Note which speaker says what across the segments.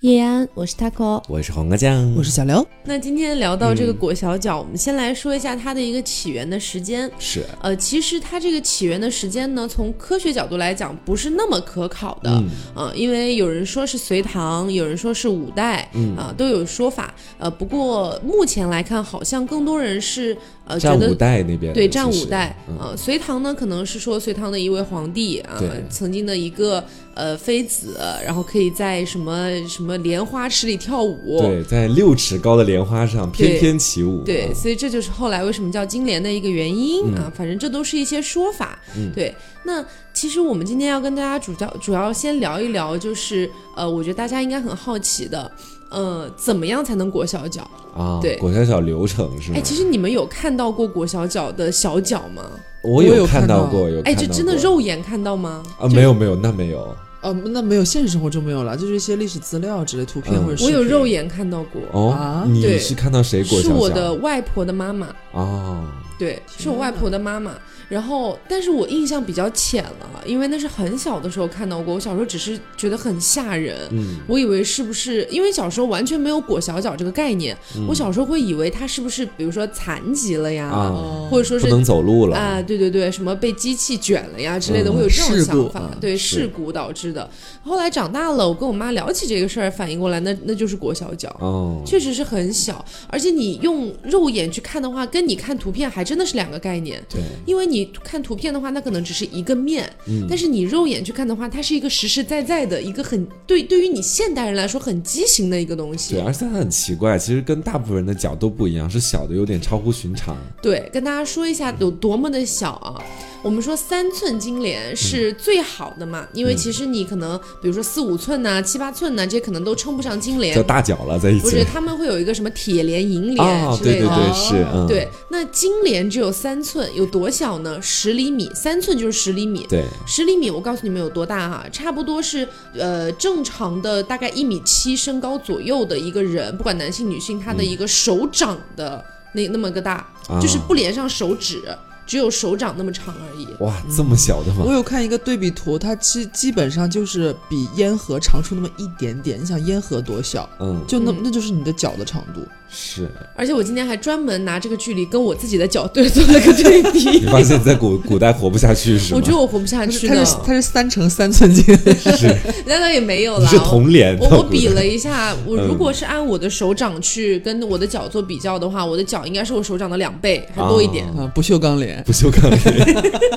Speaker 1: 叶安，我是 Taco。
Speaker 2: 我是黄瓜酱，
Speaker 3: 我是小刘，
Speaker 1: 那今天聊到
Speaker 2: 嗯
Speaker 1: 这个裹小脚，我们先来说一下它的一个起源的时间。
Speaker 2: 是
Speaker 1: 呃，其实它这个起源的时间呢，从科学角度来讲不是那么可考的，
Speaker 2: 嗯
Speaker 1: 呃，因为有人说是隋唐，有人说是五代，
Speaker 2: 嗯
Speaker 1: 啊、都有说法。呃，不过目前来看，好像更多人是呃觉
Speaker 2: 占
Speaker 1: 得
Speaker 2: 五代那边，
Speaker 1: 对，占
Speaker 2: 其
Speaker 1: 五
Speaker 2: 实
Speaker 1: 代。
Speaker 2: 嗯
Speaker 1: 呃，隋唐呢，可能是说隋唐的一位皇帝啊、
Speaker 2: 对
Speaker 1: 曾经的一个呃妃子，然后可以在什么什么莲花池里跳舞。
Speaker 2: 对，在六尺高的莲花上翩
Speaker 1: 对
Speaker 2: 翩起舞，
Speaker 1: 对，
Speaker 2: 嗯
Speaker 1: 所以这就是后来为什么叫金莲的一个原因、啊。反正这都是一些说法。
Speaker 2: 嗯
Speaker 1: 对，那其实我们今天要跟大家主要主要先聊一聊，就是呃，我觉得大家应该很好奇的，呃，怎么样才能裹小脚？
Speaker 2: 啊，
Speaker 1: 对
Speaker 2: 裹小脚流程是吗
Speaker 1: 哎，？其实你们有看到过裹小脚的小脚吗？
Speaker 2: 我
Speaker 3: 我有
Speaker 2: 看
Speaker 3: 看
Speaker 2: 到
Speaker 3: 到
Speaker 2: 过，有
Speaker 1: 哎，
Speaker 2: 看
Speaker 1: 这
Speaker 2: 到
Speaker 1: 真的
Speaker 2: 过
Speaker 1: 肉眼看到吗？
Speaker 2: 啊，没有没有，那没有
Speaker 3: 呃，那没有现实生活中没有了，就是一些历史资料之类图片
Speaker 2: 嗯
Speaker 3: 或者视
Speaker 1: 我
Speaker 3: 频
Speaker 1: 有肉眼看到过，
Speaker 2: 哦
Speaker 3: 啊，
Speaker 2: 你
Speaker 1: 对
Speaker 2: 是看到谁裹小
Speaker 1: 是
Speaker 2: 脚？
Speaker 1: 我的外婆的妈妈，
Speaker 2: 哦，
Speaker 1: 对，是我
Speaker 3: 天
Speaker 1: 外
Speaker 3: 哪
Speaker 1: 婆的妈妈。然后，但是我印象比较浅了，因为那是很小的时候看到过，我小时候只是觉得很吓人。
Speaker 2: 嗯，
Speaker 1: 我以为是不是因为小时候完全没有裹小脚这个概念，
Speaker 2: 嗯
Speaker 1: 我小时候会以为她是不是比如说残疾了呀，
Speaker 2: 啊，
Speaker 3: 哦
Speaker 1: 或者说
Speaker 2: 不
Speaker 1: 是
Speaker 2: 能走路了
Speaker 1: 啊，对对对，什么被机器卷了呀之类的，
Speaker 2: 嗯
Speaker 1: 会有这种
Speaker 3: 事
Speaker 1: 想
Speaker 3: 故
Speaker 1: 法，
Speaker 2: 啊
Speaker 1: 对
Speaker 2: 是
Speaker 1: 事故导致的。后来长大了，我跟我妈聊起这个事儿，反应过来，那那就是裹小脚。
Speaker 2: 哦，
Speaker 1: 确实是很小，而且你用肉眼去看的话，跟你看图片还真的是两个概念。
Speaker 2: 对，
Speaker 1: 因为你看图片的话，那可能只是一个面，
Speaker 2: 嗯
Speaker 1: 但是你肉眼去看的话，它是一个实实在在的一个很对对于你现代人来说很畸形的一个东西
Speaker 2: 对，。啊而且它很奇怪，其实跟大部分人的脚都不一样，是小的有点超乎寻常，
Speaker 1: 对，跟大家说一下有多么的小啊。我们说三寸金莲是最好的
Speaker 2: 嗯
Speaker 1: 嘛，因为其实你可能比如说四五寸呐、七八寸呐、这些可能都称不上金莲
Speaker 2: 叫，大脚了在一
Speaker 1: 不是
Speaker 2: 起。
Speaker 1: 他们会有一个什么铁莲、银
Speaker 2: 啊
Speaker 1: 莲，之
Speaker 2: 对
Speaker 1: 类
Speaker 2: 对
Speaker 1: 的。
Speaker 2: 对，是，嗯，
Speaker 1: 对，那金莲只有三寸，有多小呢？十厘米，三寸就是十厘米。
Speaker 2: 对，
Speaker 1: 十厘米，我告诉你们有多大哈、差不多是呃正常的大概一米七身高左右的一个人，不管男性女性，他的一个手掌的那那么个大，
Speaker 2: 嗯啊
Speaker 1: 就是不连上手指，只有手掌那么长而已。
Speaker 2: 哇，这么小的吗？
Speaker 3: 我有看一个对比图，它基基本上就是比烟盒长出那么一点点。你想烟盒多小，
Speaker 2: 嗯，
Speaker 3: 就那、
Speaker 1: 嗯
Speaker 3: 那就是你的脚的长度。
Speaker 2: 是，
Speaker 1: 而且我今天还专门拿这个距离跟我自己的脚对做了个对
Speaker 2: 你
Speaker 1: 比，
Speaker 2: 发现在古古代活不下去是吗？
Speaker 1: 我觉得我活不下
Speaker 3: 它
Speaker 1: 去
Speaker 3: 是它
Speaker 1: 的，
Speaker 3: 是它是三乘三寸金，
Speaker 2: 嗯
Speaker 1: 那倒也没有
Speaker 2: 你
Speaker 1: 啦。
Speaker 2: 是同 脸，
Speaker 1: 啊我
Speaker 2: 到
Speaker 1: 我
Speaker 2: 古
Speaker 1: 比
Speaker 2: 代
Speaker 1: 了一下，我
Speaker 2: 嗯
Speaker 1: 如果是按我的手掌去跟我的脚做比较的话，我的脚应该是我手掌的两倍还多一点。
Speaker 2: 啊
Speaker 3: 啊，不锈钢脸。
Speaker 2: 不锈钢脸，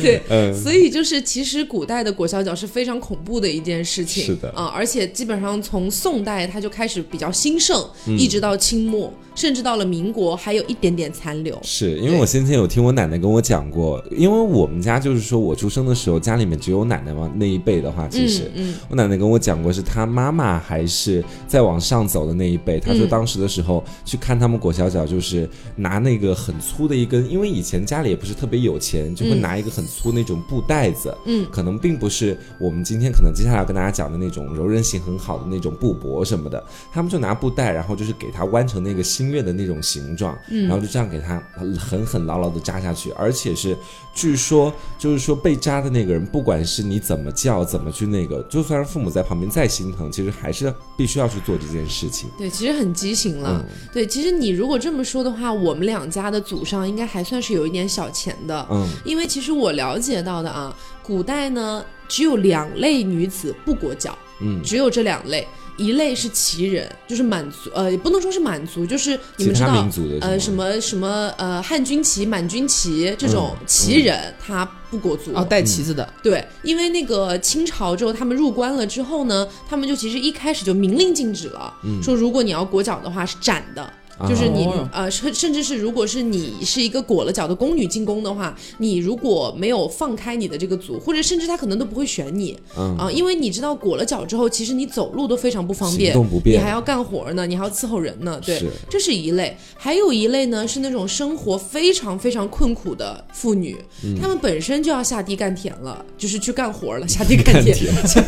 Speaker 1: 对，
Speaker 2: 嗯，
Speaker 1: 所以就是，其实古代的裹小脚是非常恐怖的一件事情，
Speaker 2: 是的
Speaker 1: 啊，而且基本上从宋代它就开始比较兴盛，
Speaker 2: 嗯
Speaker 1: 一直到清末，甚至到了民国还有一点点残留。
Speaker 2: 是因为
Speaker 1: 对
Speaker 2: 我先前有听我奶奶跟我讲过，因为我们家就是说我出生的时候，家里面只有奶奶嘛那一辈的话，其实。
Speaker 1: 嗯
Speaker 2: 我奶奶跟我讲过，是她妈妈还是再往上走的那一辈。她说
Speaker 1: 嗯
Speaker 2: 当时的时候、去看他们裹小脚，就是拿那个很粗的一根，因为以前家里也不是特别有钱，就会
Speaker 1: 嗯
Speaker 2: 拿一个很粗那种布袋子，
Speaker 1: 嗯，
Speaker 2: 可能并不是我们今天可能接下来要跟大家讲的那种柔韧性很好的那种布帛什么的，他们就拿布袋，然后就是给它弯成那个星月的那种形状，
Speaker 1: 嗯
Speaker 2: 然后就这样给它狠狠牢牢的扎下去，而且是据说就是说被扎的那个人，不管是你怎么叫，怎么去那个，就算是父母在旁边再心疼，其实还是必须要去做这件事情。
Speaker 1: 对，其实很畸形
Speaker 2: 嗯
Speaker 1: 了。对，其实你如果这么说的话，我们两家的祖上应该还算是有一点小钱的，
Speaker 2: 嗯，
Speaker 1: 因为其实我了解到的啊，古代呢只有两类女子不裹脚，
Speaker 2: 嗯
Speaker 1: 只有这两类，一类是旗人，就是满族，呃，也不能说是满族，就是你
Speaker 2: 其
Speaker 1: 们知
Speaker 2: 他
Speaker 1: 道
Speaker 2: 民，族的
Speaker 1: 呃，
Speaker 2: 是
Speaker 1: 什
Speaker 2: 吗
Speaker 1: 么什么呃，汉军旗、满军旗这种
Speaker 2: 嗯
Speaker 1: 旗人，他不裹足。
Speaker 3: 哦，带旗子的，
Speaker 1: 对，因为那个清朝之后，他们入关了之后呢，他们就其实一开始就明令禁止了，
Speaker 2: 嗯
Speaker 1: 说如果你要裹脚的话是斩的。
Speaker 2: 啊
Speaker 1: 就是你、
Speaker 3: 哦
Speaker 1: 呃，甚甚至是如果是你是一个裹了脚的宫女进宫的话，你如果没有放开你的这个组，或者甚至他可能都不会选你啊、
Speaker 2: 嗯
Speaker 1: 因为你知道裹了脚之后，其实你走路都非常不方
Speaker 2: 行
Speaker 1: 便，
Speaker 2: 动不便，
Speaker 1: 你还要干活呢，你还要伺候人呢，对
Speaker 2: 是，
Speaker 1: 这是一类。还有一类呢，是那种生活非常非常困苦的妇女，
Speaker 2: 嗯
Speaker 1: 她们本身就要下地干田了，就是去干活了，下地干田，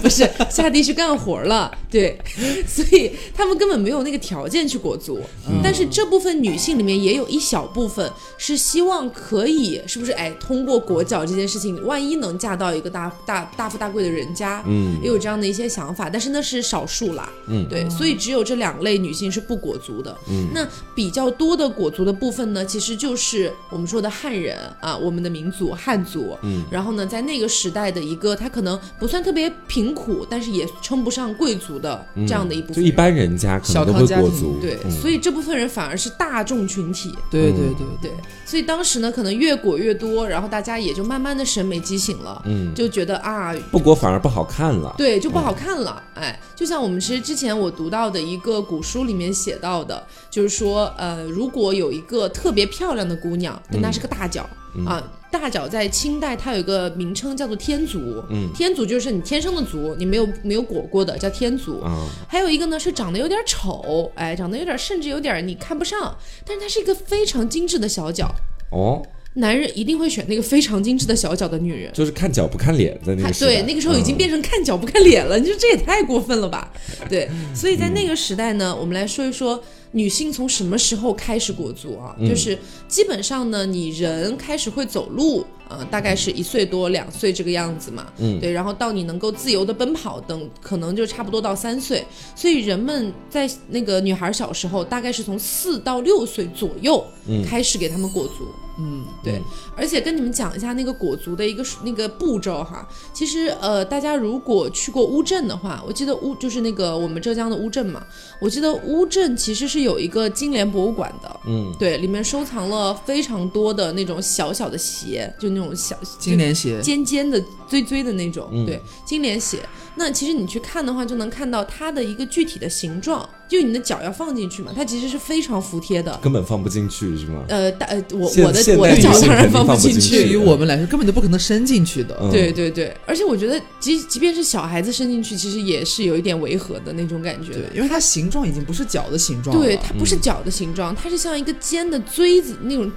Speaker 1: 不 是 下地去干活了，对，所以她们根本没有那个条件去裹足。但但是这部分女性里面也有一小部分是希望可以，是不是？哎，通过裹脚这件事情，万一能嫁到一个大大大富大贵的人家，
Speaker 2: 嗯
Speaker 1: 也有这样的一些想法，但是那是少数啦。
Speaker 2: 嗯
Speaker 1: 对，所以只有这两类女性是不裹足的。嗯，那比较多的裹足的部分呢，其实就是我们说的汉人啊，我们的民族汉族。
Speaker 2: 嗯，
Speaker 1: 然后呢，在那个时代的一个，他可能不算特别贫苦，但是也称不上贵族的这样的一部
Speaker 2: 嗯就
Speaker 1: 分人。
Speaker 2: 一般人家可能都会裹足，
Speaker 1: 对，
Speaker 2: 嗯
Speaker 1: 所以这部分人反而是大众群体。
Speaker 3: 对对对
Speaker 1: 对，所以当时呢，可能越裹越多，然后大家也就慢慢的审美畸形了，
Speaker 2: 嗯，
Speaker 1: 就觉得啊，
Speaker 2: 不裹反而不好看了。
Speaker 1: 对，就不好看了。哎，就像我们其实之前我读到的一个古书里面写到的，就是说，呃，如果有一个特别漂亮的姑娘，但她是
Speaker 2: 嗯
Speaker 1: 个大脚、啊。大脚在清代，它有一个名称叫做天足，
Speaker 2: 嗯
Speaker 1: 天足就是你天生的足，你没有没有裹过的叫天足。
Speaker 2: 啊，
Speaker 1: 还有一个呢是长得有点丑，哎，长得有点甚至有点你看不上，但是她是一个非常精致的小脚，
Speaker 2: 哦，
Speaker 1: 男人一定会选那个非常精致的小脚的女人。
Speaker 2: 就是看脚不看脸的那
Speaker 1: 他
Speaker 2: 个时代。
Speaker 1: 对那个时候已经
Speaker 2: 嗯
Speaker 1: 变成看脚不看脸了，你说这也太过分了吧？对，
Speaker 2: 嗯
Speaker 1: 所以在那个时代呢，我们来说一说女性从什么时候开始裹足啊？
Speaker 2: 嗯
Speaker 1: 就是基本上呢，你人开始会走路啊、呃大概是一岁多两岁这个样子嘛，
Speaker 2: 嗯
Speaker 1: 对，然后到你能够自由的奔跑等，可能就差不多到三岁，所以人们在那个女孩小时候，大概是从四到六岁左右
Speaker 2: 嗯
Speaker 1: 开始给她们裹足。
Speaker 3: 嗯，
Speaker 1: 对，而且跟你们讲一下那个裹足的一个那个步骤哈。其实呃，大家如果去过乌镇的话，我记得乌就是那个我们浙江的乌镇嘛，我记得乌镇其实是有一个金莲博物馆的。
Speaker 2: 嗯，
Speaker 1: 对，里面收藏了非常多的那种小小的鞋，就那种小
Speaker 3: 金莲鞋，
Speaker 1: 尖尖的、锥锥的那种，
Speaker 2: 嗯
Speaker 1: 对，金莲鞋。那其实你去看的话，就能看到它的一个具体的形状，就你的脚要放进去嘛，它其实是非常服帖的。
Speaker 2: 根本放不进去是吗？
Speaker 1: 呃，大呃，我
Speaker 2: 现
Speaker 1: 我的
Speaker 2: 现代
Speaker 1: 我的
Speaker 2: 女
Speaker 1: 脚当
Speaker 2: 性肯
Speaker 1: 然
Speaker 2: 定
Speaker 1: 放
Speaker 2: 放不
Speaker 1: 进
Speaker 2: 进
Speaker 1: 去
Speaker 2: 去，
Speaker 3: 对于我们来说根本就不可能伸进去的。
Speaker 2: 嗯
Speaker 1: 对对对，而且我觉得即即便是小孩子伸进去，其实也是有一点违和的那种感觉。
Speaker 3: 对，因为它形状已经不是脚的形状了，
Speaker 1: 对，它
Speaker 2: 啊
Speaker 1: 不
Speaker 2: 嗯
Speaker 1: 是脚的形状，它是像一个尖的锥子那种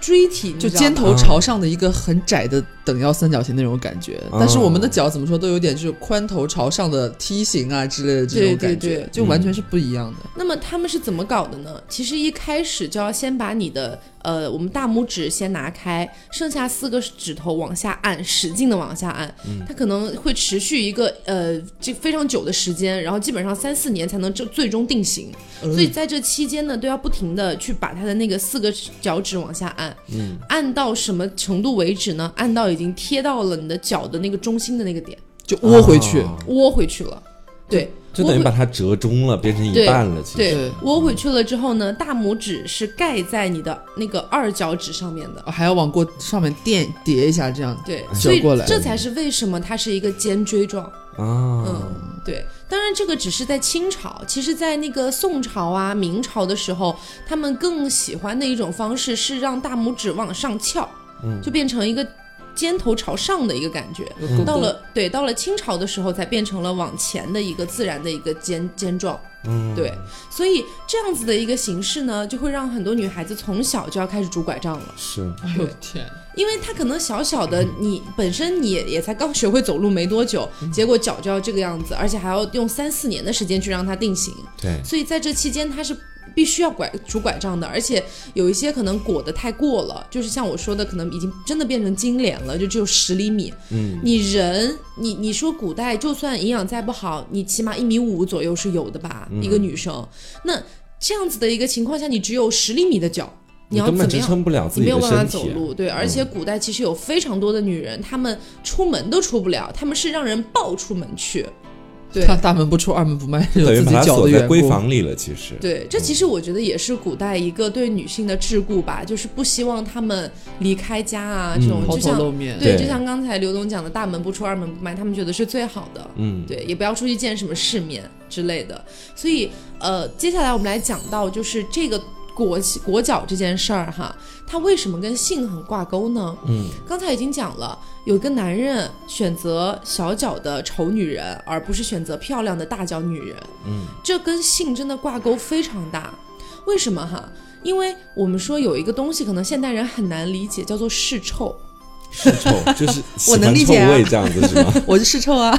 Speaker 1: 锥体，你
Speaker 3: 就
Speaker 1: 知道
Speaker 3: 尖
Speaker 1: 吗
Speaker 2: 嗯
Speaker 3: 头朝上的一个很窄的等腰三角形那种感觉。
Speaker 2: 哦
Speaker 3: 但是我们的脚怎么说都有点就是宽头朝上的梯形啊之类的这
Speaker 1: 对
Speaker 3: 种
Speaker 1: 对
Speaker 3: 感觉，
Speaker 1: 对
Speaker 3: 就
Speaker 2: 嗯
Speaker 3: 完全是不一样的。
Speaker 1: 那么他们是怎么搞的呢？其实一开始就要先把你的呃，我们大拇指先拿开，剩下四个指头往下按，使劲的往下按，
Speaker 2: 嗯
Speaker 1: 它可能会持续一个呃，这非常久的时间，然后基本上三四年才能这最终定型。嗯所以在这期间呢，都要不停的去把它的那个四个脚趾往下按，
Speaker 3: 嗯
Speaker 1: 按到什么程度为止呢？按到已经贴到了你的脚的那个中心的那个点，
Speaker 3: 就窝回去，
Speaker 2: 啊
Speaker 1: 呃窝回去了。对，
Speaker 2: 就等
Speaker 1: 窝
Speaker 2: 于
Speaker 1: 回
Speaker 2: 把它折中了，变成一
Speaker 1: 对
Speaker 2: 半了。其实，
Speaker 1: 对
Speaker 3: 嗯对，
Speaker 1: 窝回去了之后呢，大拇指是盖在你的那个二脚趾上面的。
Speaker 3: 哦还要往过上面垫叠一下，这样
Speaker 1: 对，
Speaker 3: 折
Speaker 1: 所以
Speaker 3: 啊过来
Speaker 1: 这才是为什么它是一个尖锥状。
Speaker 2: 啊，
Speaker 1: 嗯，对。当然，这个只是在清朝，其实，在那个宋朝啊、明朝的时候，他们更喜欢的一种方式是让大拇指往上翘，就变成一个尖头朝上的一个感觉。
Speaker 2: 嗯
Speaker 1: 到了对，到了清朝的时候，才变成了往前的一个自然的一个尖尖状。
Speaker 2: 嗯，
Speaker 1: 对，所以这样子的一个形式呢，就会让很多女孩子从小就要开始拄拐杖了，
Speaker 2: 是，
Speaker 3: 哎呦天，
Speaker 1: 因为她可能小小的你本身你也也才刚学会走路没多久，结果脚就要这个样子，而且还要用三四年的时间去让它定型，
Speaker 2: 对，
Speaker 1: 所以在这期间她是。必须要拐拄拐杖的，而且有一些可能裹得太过了，就是像我说的，可能已经真的变成金莲了，就只有十厘米。
Speaker 2: 嗯，
Speaker 1: 你人，你你说古代就算营养再不好，你起码一米五左右是有的吧？
Speaker 2: 嗯
Speaker 1: 一个女生，那这样子的一个情况下，你只有十厘米的脚，你要
Speaker 2: 根本
Speaker 1: 怎么
Speaker 2: 支
Speaker 1: 样？
Speaker 2: 撑不了自
Speaker 1: 你
Speaker 2: 己
Speaker 1: 没有
Speaker 2: 的
Speaker 1: 办法
Speaker 2: 身
Speaker 1: 走
Speaker 2: 体。嗯
Speaker 1: 路，对，而且古代其实有非常多的女人，她们出门都出不了，她们是让人抱出门去，对
Speaker 3: 他大门不出二门不迈，有
Speaker 2: 等于
Speaker 3: 自
Speaker 2: 把
Speaker 3: 己
Speaker 2: 它
Speaker 3: 脚的
Speaker 2: 锁在
Speaker 3: 缘
Speaker 2: 闺
Speaker 3: 故。
Speaker 2: 房里了，其实。
Speaker 1: 对，这其实我觉得也是古代一个对女性的桎梏吧，就是不希望她们离开家啊，这种
Speaker 3: 嗯抛
Speaker 1: 就
Speaker 3: 头
Speaker 1: 像
Speaker 3: 露面，
Speaker 1: 对，
Speaker 2: 对
Speaker 1: 就像刚才刘总讲的，大门不出二门不迈，他们觉得是最好的，
Speaker 2: 嗯，
Speaker 1: 对，也不要出去见什么世面之类的。所以，呃，接下来我们来讲到就是这个裹裹脚这件事儿哈，它为什么跟性很挂钩呢？
Speaker 2: 嗯，
Speaker 1: 刚才已经讲了，有一个男人选择小脚的丑女人，而不是选择漂亮的大脚女人，
Speaker 2: 嗯，
Speaker 1: 这跟性真的挂钩非常大。为什么哈？因为我们说有一个东西，可能现代人很难理解，叫做尸臭。
Speaker 2: 是臭，就是喜
Speaker 3: 我能
Speaker 2: 欢
Speaker 3: 理
Speaker 2: 臭
Speaker 3: 解啊
Speaker 2: 味这样子是吗？
Speaker 3: 我是试臭啊，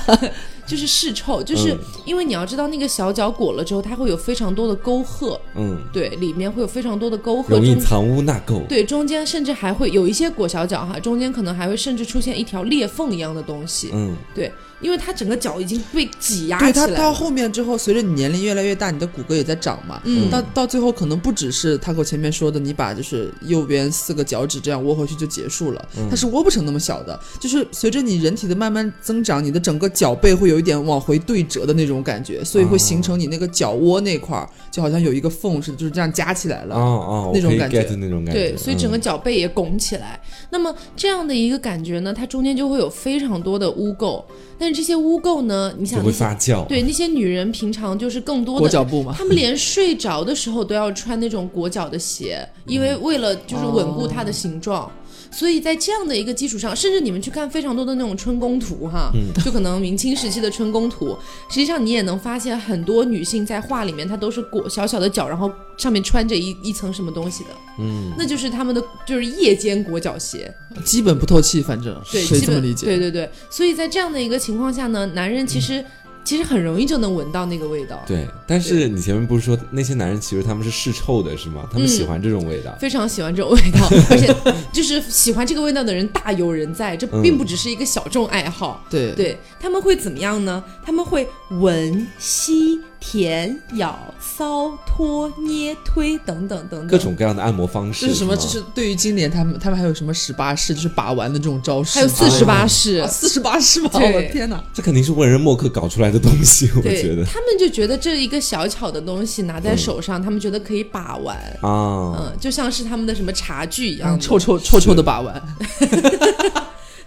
Speaker 1: 就是试臭，就是
Speaker 2: 嗯
Speaker 1: 因为你要知道那个小脚裹了之后，它会有非常多的沟壑，
Speaker 2: 嗯，
Speaker 1: 对，里面会有非常多的沟壑，
Speaker 2: 容易
Speaker 1: 中
Speaker 2: 藏污纳垢。
Speaker 1: 对，中间甚至还会有一些裹小脚哈，中间可能还会甚至出现一条裂缝一样的东西，
Speaker 2: 嗯，
Speaker 1: 对，因为它整个脚已经被挤压
Speaker 3: 对
Speaker 1: 起
Speaker 3: 它
Speaker 1: 来
Speaker 3: 到
Speaker 1: 了。
Speaker 3: 后面之后，随着你年龄越来越大，你的骨骼也在长嘛。
Speaker 1: 嗯
Speaker 3: 到到最后可能不只是 Taco 前面说的，你把就是右边四个脚趾这样窝回去就结束了，
Speaker 1: 嗯
Speaker 3: 它是窝不成那么小的。就是随着你人体的慢慢增长，你的整个脚背会有一点往回对折的那种感觉，所以会形成你那个脚窝那块儿就好像有一个缝似的，就是这样夹起来
Speaker 2: 哦
Speaker 3: 了。
Speaker 1: 啊
Speaker 2: 哦，我
Speaker 3: 那种
Speaker 2: 可以
Speaker 3: 感觉
Speaker 2: get 那种感觉。嗯
Speaker 1: 对，所以整个脚背也拱起来。那么这样的一个感觉呢，它中间就会有非常多的污垢。但是这些污垢呢，你
Speaker 2: 嗯就
Speaker 1: 想那
Speaker 2: 会
Speaker 1: 些
Speaker 2: 发酵。
Speaker 1: 对那些女人平常就是更多
Speaker 3: 裹
Speaker 1: 的，
Speaker 3: 脚布嘛，
Speaker 1: 她们连睡着的时候都要穿那种裹脚的鞋，因为
Speaker 2: 嗯
Speaker 1: 为了就是稳固
Speaker 2: 哦
Speaker 1: 它的形状。所以在这样的一个基础上，甚至你们去看非常多的那种春宫图，哈，
Speaker 2: 嗯
Speaker 1: 就可能明清时期的春宫图，实际上你也能发现很多女性在画里面，她都是裹小小的脚，然后上面穿着一一层什么东西的，嗯，那就是她们的就是夜间裹脚鞋，
Speaker 3: 基本不透气，反正
Speaker 1: 对，
Speaker 3: 可以
Speaker 1: 基
Speaker 3: 这么
Speaker 1: 本
Speaker 3: 理解。
Speaker 1: 对对对，所以在这样的一个情况下呢，男人其实、其实很容易就能闻到那个味道，
Speaker 2: 嗯对，但是你前面不是说那些男人其实他们是嗜臭的，是吗？他们喜欢这种味道。
Speaker 1: 嗯非常喜欢这种味道， 而且就是喜欢这个味道的人大有人在，
Speaker 2: 嗯
Speaker 1: 这并不只是一个小众爱好。
Speaker 3: 对
Speaker 1: 对他们会怎么样呢？他们会闻、吸、舔、咬、搔、拖、捏、推等等等等，
Speaker 2: 各种各样的按摩方式，
Speaker 3: 这是什么？
Speaker 2: 吗
Speaker 3: 这是对于今年他们他们还有什么十八式，就是把玩的这种招式
Speaker 1: 还
Speaker 3: 吗，
Speaker 1: 有四十八式。
Speaker 2: 哦
Speaker 3: 四十八式吗？我
Speaker 1: 对
Speaker 3: 的天哪！
Speaker 2: 这肯定是文人墨客搞出来的东西，我 觉
Speaker 1: 对
Speaker 2: 得嗯
Speaker 1: 他们就觉得这一个小巧的东西拿在手上，他们觉得可以把玩，
Speaker 2: 啊，
Speaker 1: 嗯，就像是他们的什么茶具一样
Speaker 3: 嗯
Speaker 1: 的，
Speaker 3: 臭臭臭臭的把玩。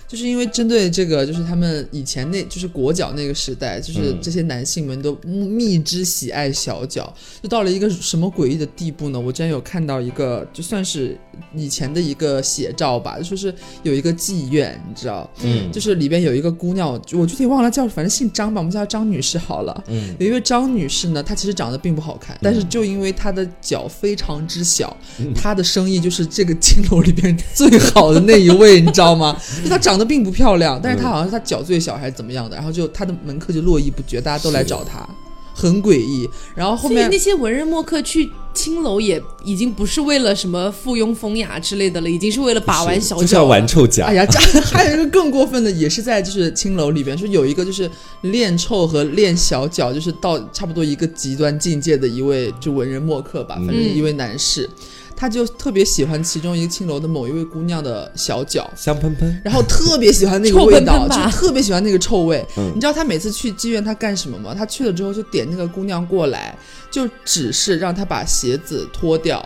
Speaker 3: 就是因为针对这个，就是他们以前那就是裹脚那个时代，就是
Speaker 2: 嗯
Speaker 3: 这些男性们都蜜之喜爱小脚，就到了一个什么诡异的地步呢？我之前有看到一个，就算是以前的一个写照吧，就说是有一个妓院，你知道，
Speaker 2: 嗯
Speaker 3: 就是里边有一个姑娘，我具体忘了叫，反正姓张吧，我们叫她张女士好了。
Speaker 2: 嗯，
Speaker 3: 有一位张女士呢，她其实长得并不好看，但是就因为她的脚非常之小，她的生意就是这个金楼里边 最好的那一位，你知道吗？就她长得并不漂亮，但是她好像是她脚最小还是怎么样的，然后就她的门客就络绎不绝，大家都来找她，很诡异。然后后
Speaker 1: 所以
Speaker 3: 面
Speaker 1: 那些文人墨客去青楼也已经不是为了什么附庸风雅之类的了，已经是为了把玩小
Speaker 2: 就是
Speaker 1: 脚
Speaker 2: 要
Speaker 1: 了。
Speaker 2: 玩臭脚
Speaker 3: 哎，呀，这 还有一个更过分的，也是在就是青楼里边，说有一个就是练臭和练小脚，就是到差不多一个极端境界的一位就文人墨客吧，反正一位男士，他就特别喜欢其中一个青楼的某一位姑娘的小脚。
Speaker 2: 香喷喷，
Speaker 3: 然后特别喜欢那个
Speaker 1: 臭
Speaker 3: 味
Speaker 1: 喷
Speaker 3: 道，
Speaker 1: 喷吧
Speaker 3: 就特别喜欢那个臭味。
Speaker 2: 嗯
Speaker 3: 你知道他每次去妓院他干什么吗？他去了之后就点那个姑娘过来，就只是让她把鞋子脱掉，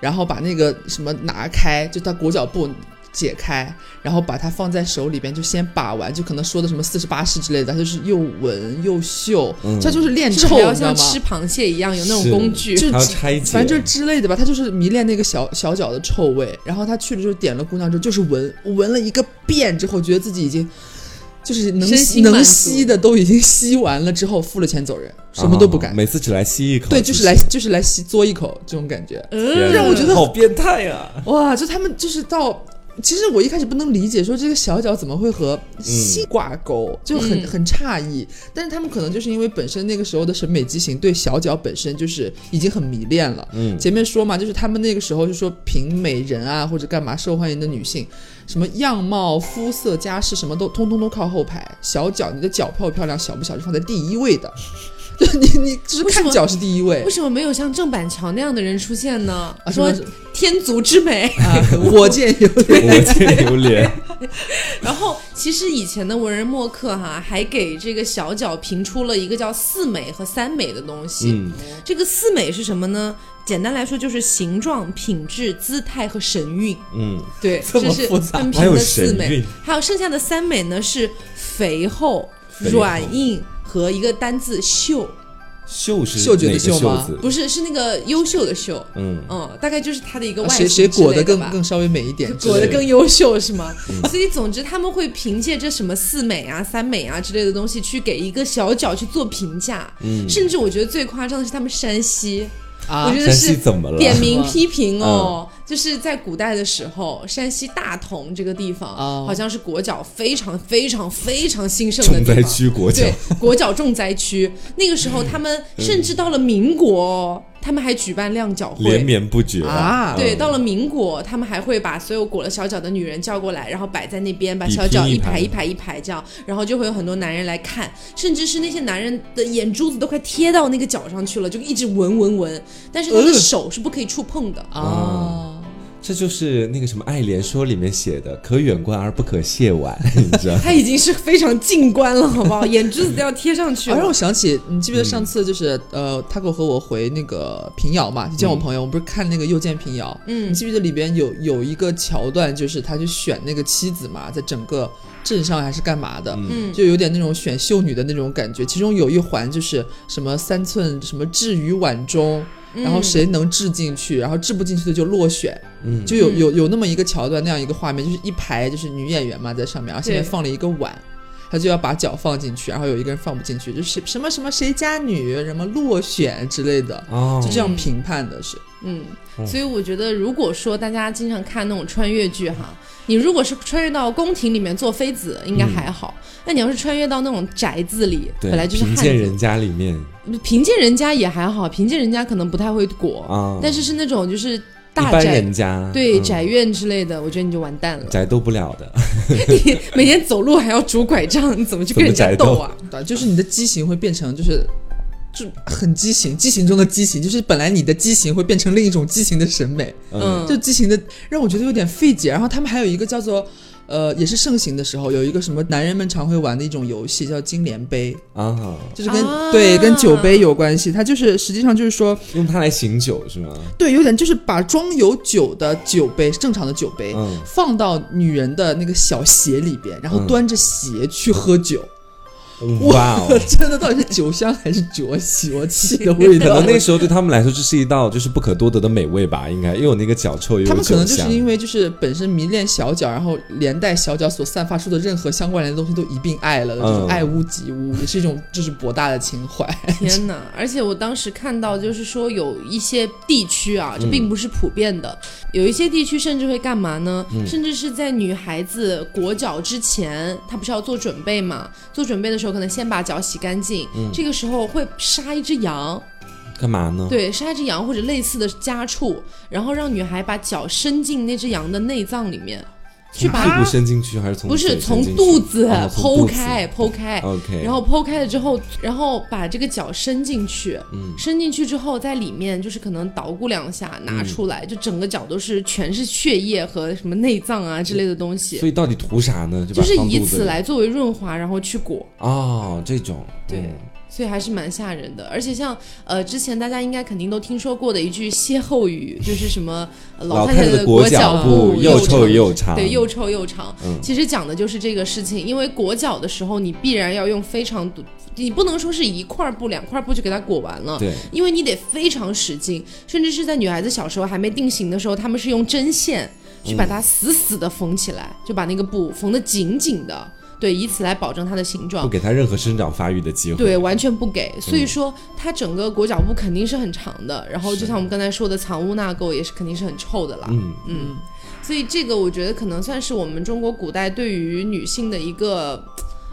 Speaker 3: 然后把那个什么拿开，就她裹脚布解开，然后把它放在手里边，就先把玩，就可能说的什么四十八式之类的，他就是又闻又嗅，
Speaker 2: 嗯
Speaker 3: 这就是练
Speaker 1: 就是
Speaker 3: 臭，
Speaker 1: 还要
Speaker 3: 你知道
Speaker 1: 像
Speaker 3: 吗
Speaker 1: 吃？螃蟹一样有那
Speaker 2: 是
Speaker 1: 种工具，
Speaker 3: 就
Speaker 2: 还要拆解，
Speaker 3: 反正就是之类的吧，他就是迷恋那个小小脚的臭味。然后他去了之后点了姑娘之后，就是闻闻了一个遍之后，觉得自己已经就是能
Speaker 1: 身心满足
Speaker 3: 能吸的都已经吸完了之后，付了钱走人，什么都不
Speaker 2: 啊
Speaker 3: 干。
Speaker 2: 每次只来吸一口，
Speaker 3: 对，就是来就是来吸嘬一口这种感觉。
Speaker 2: 天
Speaker 1: 嗯，
Speaker 2: 哪
Speaker 3: 让我觉得
Speaker 2: 好变态啊！
Speaker 3: 哇，就他们就是到。其实我一开始不能理解，说这个小脚怎么会和性挂钩，就很
Speaker 1: 嗯
Speaker 3: 很诧异。但是他们可能就是因为本身那个时候的审美畸形，对小脚本身就是已经很迷恋了。
Speaker 2: 嗯
Speaker 3: 前面说嘛，就是他们那个时候就说评美人啊，或者干嘛受欢迎的女性，什么样貌、肤色、家世，什么都通通都靠后排。小脚，你的脚漂不漂亮，小不小是放在第一位的。 就你你就是
Speaker 1: 为什
Speaker 3: 看
Speaker 1: 么
Speaker 3: 脚是第一位
Speaker 1: 为。什么没有像郑板桥那样的人出现呢？
Speaker 3: 啊
Speaker 1: 说
Speaker 3: 什么
Speaker 1: 天足之美，
Speaker 3: 啊，我见有点。
Speaker 2: 我见榴 莲，
Speaker 1: 然后其实以前的文人墨客哈、还给这个小脚评出了一个叫四美和三美的东西。
Speaker 2: 嗯，
Speaker 1: 这个四美是什么呢？简单来说就是形状、品质、姿态和神韵。
Speaker 2: 嗯，
Speaker 1: 对，
Speaker 3: 这么
Speaker 1: 是
Speaker 3: 复杂
Speaker 1: 他们
Speaker 2: 还
Speaker 1: 评
Speaker 2: 有
Speaker 1: 的四
Speaker 2: 神
Speaker 1: 美
Speaker 2: 韵，
Speaker 1: 还有剩下的三美呢是肥厚、
Speaker 2: 厚
Speaker 1: 软硬和一个单字秀，
Speaker 2: 秀是
Speaker 3: 嗅觉的
Speaker 2: 哪个
Speaker 3: 嗅吗
Speaker 2: 字
Speaker 1: 不是是那个优秀的秀，
Speaker 2: 嗯，
Speaker 1: 嗯，大概就是它的一个外
Speaker 3: 啊谁
Speaker 1: 形
Speaker 3: 谁裹得
Speaker 1: 的
Speaker 3: 更更稍微美一点之类
Speaker 1: 裹
Speaker 3: 的，
Speaker 1: 得更优秀是吗？
Speaker 2: 嗯
Speaker 1: 所以总之他们会凭借这什么四美啊、三美啊之类的东
Speaker 2: 嗯
Speaker 1: 西去给一个小脚去做评价，甚至我觉得最夸张的是他们山西。我
Speaker 3: 啊
Speaker 1: 觉得
Speaker 2: 山西
Speaker 1: 是
Speaker 2: 怎么了？ 嗯
Speaker 1: 点名批评哦，就是在古代的时候，山西大同这个地方、
Speaker 3: 哦
Speaker 1: 好像是国脚非常非常非常兴盛的地
Speaker 2: 重灾
Speaker 1: 方。
Speaker 2: 区嗯国脚
Speaker 1: 对，国脚重灾区。那个时候，他们甚至到了民国哦，他们还举办亮脚
Speaker 2: 连
Speaker 1: 会。
Speaker 2: 绵不绝
Speaker 3: 啊
Speaker 1: 对，到了民国，他们还会把所有裹了小脚的女人叫过来，然后摆在那边，把
Speaker 2: 比
Speaker 1: 小脚
Speaker 2: 拼一
Speaker 1: 一排
Speaker 2: 排
Speaker 1: 一排一排这样，然后就会有很多男人来看，甚至是那些男人的眼珠子都快贴到那个脚上去了，就一直闻闻闻，但是他的
Speaker 3: 呃
Speaker 1: 手是不可以触碰的。 哦
Speaker 3: 啊，
Speaker 2: 这就是那个什么《爱莲说》里面写的“可远观而不可亵玩”， 你知道吗？
Speaker 1: 他已经是非常近观了，好不好？眼珠子都要贴上去
Speaker 3: 啊，让
Speaker 1: 了
Speaker 3: 我。想起，你记不记得上次就是、呃，Taco 和我回那个平遥嘛，就见我朋友，我们不是看那个《又见平遥》，
Speaker 1: 嗯
Speaker 3: 你记不记得里边有有一个桥段，就是他去选那个妻子嘛，在整个镇上还是干嘛的，
Speaker 1: 嗯
Speaker 3: 就有点那种选秀女的那种感觉。其中有一环就是什么三寸什么置于碗中，然
Speaker 1: 嗯
Speaker 3: 后谁能掷进去，然后掷不进去的就落选，
Speaker 2: 嗯，
Speaker 3: 就有
Speaker 1: 嗯
Speaker 3: 有有那么一个桥段，那样一个画面，就是一排就是女演员嘛在上面，然后下面
Speaker 1: 对
Speaker 3: 放了一个碗，她就要把脚放进去，然后有一个人放不进去，就是什么什么谁家女，什么落选之类的，
Speaker 2: 哦
Speaker 3: 就，这样评判的是，
Speaker 1: 嗯，所以我觉得，如果说大家经常看那种穿越剧哈，你如果是穿越到宫廷里面做妃子，应该还好；那、你要是穿越到那种宅子里，
Speaker 2: 嗯对，
Speaker 1: 本来就是
Speaker 2: 贫
Speaker 1: 汉
Speaker 2: 贱
Speaker 1: 子，
Speaker 2: 人家里面
Speaker 1: 贫贱人家也还好，贫贱人家可能不太会裹，
Speaker 2: 啊，
Speaker 1: 但是是那种就是
Speaker 2: 一
Speaker 1: 大
Speaker 2: 般
Speaker 1: 宅
Speaker 2: 人。家
Speaker 1: 对
Speaker 2: 嗯
Speaker 1: 宅院之类的，我觉得你就完蛋了。
Speaker 2: 宅斗不了的，
Speaker 1: 你每天走路还要拄拐杖，你怎么去跟人家
Speaker 2: 怎么
Speaker 1: 斗
Speaker 2: 宅
Speaker 1: 啊？
Speaker 3: 对，就是你的畸形会变成就是。就很畸形，畸形中的畸形，就是本来你的畸形会变成另一种畸形的审美，
Speaker 1: 嗯，
Speaker 3: 就畸形的让我觉得有点费解。然后他们还有一个叫做，呃，也是盛行的时候，有一个什么男人们常会玩的一种游戏叫金莲杯，
Speaker 2: 啊，
Speaker 3: 就是跟、
Speaker 1: 啊
Speaker 3: 对跟酒杯有关系。它就是实际上就是说，
Speaker 2: 用它来醒酒是吗？
Speaker 3: 对，有点就是把装有酒的酒杯，正常的酒杯，
Speaker 2: 嗯，
Speaker 3: 放到女人的那个小鞋里边，然后
Speaker 2: 嗯
Speaker 3: 端着鞋去喝酒。
Speaker 2: 哇
Speaker 3: 我
Speaker 2: 哦！
Speaker 3: 真的到底是酒香还是酒喜？啊我气的味
Speaker 2: 可
Speaker 3: 道
Speaker 2: 能。那时候对他们来说，这是一道就是不可多得的美味吧，应该又有那个脚臭，又有
Speaker 3: 他们可能就
Speaker 2: 酒
Speaker 3: 是
Speaker 2: 香
Speaker 3: 因为就是本身迷恋小脚，然后连带小脚所散发出的任何相关联的东西都一并爱了的，这
Speaker 2: 嗯
Speaker 3: 种爱屋及乌，也是一种就是博大的情怀。
Speaker 1: 天哪！而且我当时看到，就是说有一些地区啊，
Speaker 2: 嗯
Speaker 1: 这并不是普遍的，有一些地区甚至会干嘛呢？
Speaker 2: 嗯
Speaker 1: 甚至是在女孩子裹脚之前，她不是要做准备嘛？做准备的时候，可能先把脚洗干净，
Speaker 2: 嗯
Speaker 1: 这个时候会杀一只羊，
Speaker 2: 干嘛呢？
Speaker 1: 对，杀一只羊或者类似的家畜，然后让女孩把脚伸进那只羊的内脏里面，去
Speaker 2: 从
Speaker 1: 把
Speaker 2: 屁股伸进去还是从
Speaker 1: 不是
Speaker 2: 腿
Speaker 1: 从
Speaker 2: 伸进去
Speaker 1: 肚子
Speaker 2: 哦从
Speaker 1: 剖
Speaker 2: 肚子
Speaker 1: 开，剖开。
Speaker 2: ？OK，
Speaker 1: 然后剖开了之后，然后把这个脚伸进去，
Speaker 2: 嗯
Speaker 1: 伸进去之后，在里面就是可能捣鼓两下，拿出
Speaker 2: 嗯
Speaker 1: 来，就整个脚都是全是血液和什么内脏啊之类的东西，
Speaker 2: 所以到底图啥呢？就
Speaker 1: 就
Speaker 2: 把
Speaker 1: 是
Speaker 2: 放
Speaker 1: 以
Speaker 2: 肚子
Speaker 1: 此
Speaker 2: 里
Speaker 1: 来作为润滑，然后去裹。
Speaker 2: 哦，这种
Speaker 1: 对
Speaker 2: 嗯
Speaker 1: 所以还是蛮吓人的，而且像呃之前大家应该肯定都听说过的一句歇后语，就是什么呃
Speaker 2: 老
Speaker 1: 太太
Speaker 2: 的
Speaker 1: 裹
Speaker 2: 脚
Speaker 1: 脚
Speaker 2: 布
Speaker 1: 又
Speaker 2: 臭
Speaker 1: 长
Speaker 2: 又长，
Speaker 1: 对，又臭又长。
Speaker 2: 嗯
Speaker 1: 其实讲的就是这个事情，因为裹脚的时候，你必然要用非常多，你不能说是一块布、两块布就给它裹完了，
Speaker 2: 对，
Speaker 1: 因为你得非常使劲，甚至是在女孩子小时候还没定型的时候，她们是用针线去把它死死的缝起来，就把那个布缝得紧紧的，对，以此来保证它的形
Speaker 2: 不
Speaker 1: 状。
Speaker 2: 给它任何生长发育的机会。嗯
Speaker 1: 对，完全不给，所以说它整个裹脚布肯定是很长的，然后就像我们刚才说的，藏污纳垢也是肯定是很臭的啦。
Speaker 2: 嗯，
Speaker 1: 所以这个我觉得可能算是我们中国古代对于女性的一个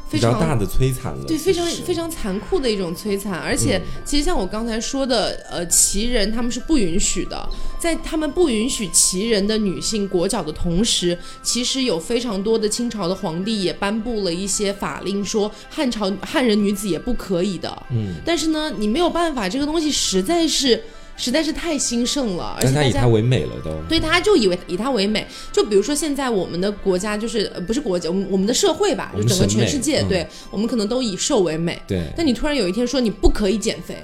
Speaker 1: 非
Speaker 2: 比较大
Speaker 1: 常。
Speaker 2: 的摧残了，嗯
Speaker 1: 对，非常
Speaker 2: 就是
Speaker 1: 非常残酷的一种摧残，而且其实像我刚才说的，呃，旗人他们是不允许的，在他们不允许旗人的女性裹脚的同时，其实有非常多的清朝的皇帝也颁布了一些法令，说汉朝汉人女子也不可以的。嗯，但是呢，你没有办法，这个东西实在是实在是太兴盛了，而且
Speaker 2: 但它
Speaker 1: 大
Speaker 2: 以
Speaker 1: 家
Speaker 2: 它为美了都。
Speaker 1: 对，大家就以为以它为美。就比如说现在我们的国家就是呃不是国家，我们我们的社会吧，
Speaker 2: 我
Speaker 1: 就
Speaker 2: 们
Speaker 1: 整个
Speaker 2: 审美
Speaker 1: 全世界，
Speaker 2: 嗯
Speaker 1: 对我们可能都以瘦为美。
Speaker 2: 对，
Speaker 1: 但你突然有一天说你不可以减肥，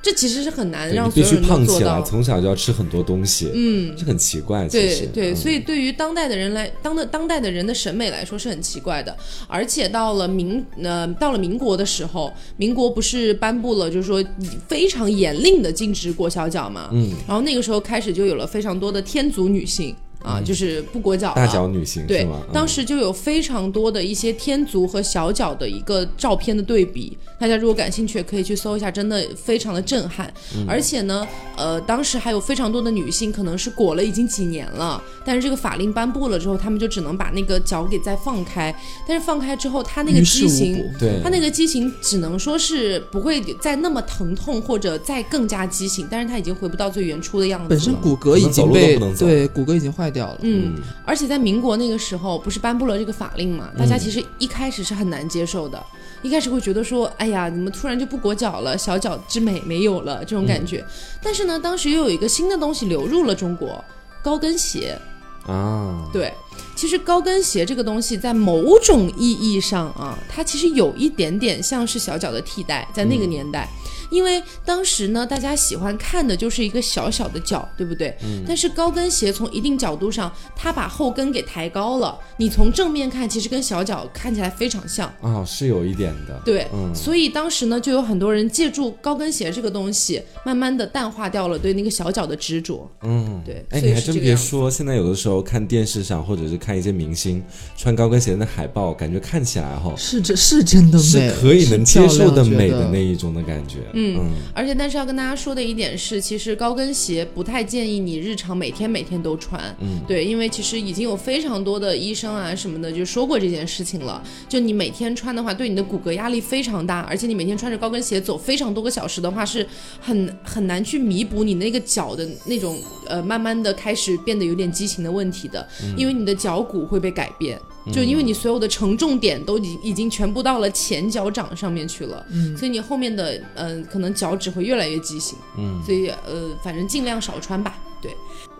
Speaker 1: 这其实是很难
Speaker 2: 对
Speaker 1: 让
Speaker 2: 你
Speaker 1: 所
Speaker 2: 必
Speaker 1: 有
Speaker 2: 须
Speaker 1: 人都
Speaker 2: 胖
Speaker 1: 做
Speaker 2: 起来，
Speaker 1: 到。
Speaker 2: 从小就要吃很多东西，
Speaker 1: 嗯，
Speaker 2: 这很奇怪。其
Speaker 1: 对
Speaker 2: 实
Speaker 1: 对，
Speaker 2: 嗯
Speaker 1: 所以对于当代的人来，当的当代的人的审美来说是很奇怪的。而且到了民呃到了民国的时候，民国不是颁布了就是说非常严令的禁止裹小脚嘛，嗯，然后那个时候开始就有了非常多的天族女性。啊，就是不裹脚
Speaker 2: 大
Speaker 1: 了。
Speaker 2: 脚女星
Speaker 1: 对
Speaker 2: 是吗？，
Speaker 1: 当
Speaker 2: 嗯
Speaker 1: 时就有非常多的一些天足和小脚的一个照片的对比，大家如果感兴趣，可以去搜一下，真的非常的震撼。
Speaker 3: 嗯
Speaker 1: 而且呢，呃，当时还有非常多的女性可能是裹了已经几年了，但是这个法令颁布了之后，她们就只能把那个脚给再放开，但是放开之后，她那个
Speaker 3: 于事
Speaker 1: 畸
Speaker 3: 无
Speaker 1: 形。
Speaker 3: 补。
Speaker 2: 对
Speaker 1: 它那个畸形只能说是不会再那么疼痛，或者再更加畸形，但是它已经回不到最原初的样子了。
Speaker 3: 本身骨骼已经
Speaker 2: 可能走路
Speaker 3: 被
Speaker 2: 都不能走
Speaker 3: 对骨骼已经坏掉了，
Speaker 1: 嗯，而且在民国那个时候，不是颁布了这个法令嘛？大家其实一开始是很难接受的，一开始会觉得说，哎呀，怎么突然就不裹脚了，小脚之美没有了这种感觉。但是呢，当时又有一个新的东西流入了中国，高跟鞋。
Speaker 2: 啊，
Speaker 1: 对，其实高跟鞋这个东西在某种意义上啊，它其实有一点点像是小脚的替代，在那个
Speaker 2: 嗯
Speaker 1: 年代。因为当时呢，大家喜欢看的就是一个小小的脚，对不对？
Speaker 2: 嗯
Speaker 1: 但是高跟鞋从一定角度上，它把后跟给抬高了。你从正面看，其实跟小脚看起来非常像。
Speaker 2: 啊，是有一点的，
Speaker 1: 对，
Speaker 2: 嗯
Speaker 1: 所以当时呢，就有很多人借助高跟鞋这个东西，慢慢的淡化掉了对那个小脚的执着。
Speaker 2: 嗯，
Speaker 1: 对，
Speaker 2: 哎，
Speaker 1: 所
Speaker 2: 你
Speaker 1: 以
Speaker 2: 还
Speaker 1: 是这
Speaker 2: 真
Speaker 1: 个
Speaker 2: 别
Speaker 1: 样子。
Speaker 2: 说，现在有的时候看电视上，或者是看一些明星穿高跟鞋的海报，感觉看起来哈
Speaker 3: 是这是真的美，
Speaker 2: 是可以能接受的
Speaker 3: 是漂亮
Speaker 2: 美
Speaker 3: 觉得
Speaker 2: 的那一种的感觉。嗯
Speaker 1: 而且，但是要跟大家说的一点是，其实高跟鞋不太建议你日常每天每天都穿。
Speaker 2: 嗯
Speaker 1: 对，因为其实已经有非常多的医生啊什么的就说过这件事情了。就你每天穿的话，对你的骨骼压力非常大，而且你每天穿着高跟鞋走非常多个小时的话，是很很难去弥补你那个脚的那种呃慢慢的开始变得有点畸形的问题的，因为你的脚骨会被改变。就因为你所有的承重点都已已经全部到了前脚掌上面去了，所以你后面的嗯、呃可能脚趾会越来越畸形，嗯，所以呃反正尽量少穿吧，对。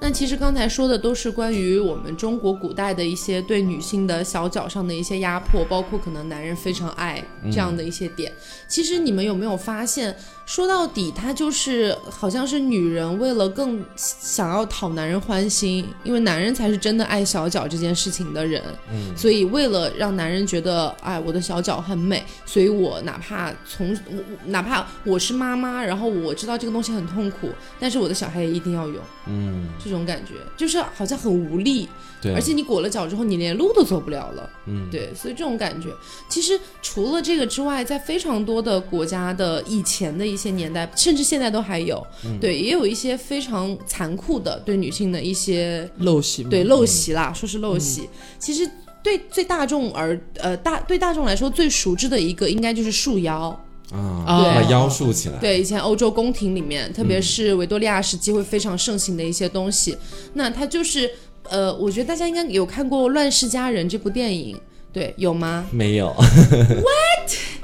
Speaker 1: 那其实刚才说的都是关于我们中国古代的一些对女性的小脚上的一些压迫，包括可能男人非常爱这样的一些点。其实你们有没有发现，说到底，它就是好像是女人为了更想要讨男人欢心，因为男人才是真的爱小脚这件事情的人，嗯，所以为了让男人觉得，哎，我的小脚很美，所以我哪怕从我我哪怕我是妈妈，然后我知道这个东西很痛苦，但是我的小孩也一定要有。
Speaker 2: 嗯，
Speaker 1: 这种感觉，就是好像很无力，
Speaker 2: 对，
Speaker 1: 而且你裹了脚之后，你连路都走不了了。
Speaker 2: 嗯，
Speaker 1: 对，所以这种感觉，其实除了这个之外，在非常多的国家的以前的一些年代，甚至现在都还有，
Speaker 2: 嗯
Speaker 1: 对，也有一些非常残酷的对女性的一些
Speaker 3: 陋习嘛
Speaker 1: 对陋习啦，说是陋习，其实对最大众而呃大对大众来说最熟知的一个，应该就是束腰。
Speaker 2: 啊，
Speaker 3: 对
Speaker 2: 把腰竖起来，
Speaker 1: 对，以前欧洲宫廷里面，特别是维多利亚时期会非常盛行的一些东西。那它就是，呃，我觉得大家应该有看过《乱世佳人》这部电影。对，有吗？
Speaker 2: 没 有，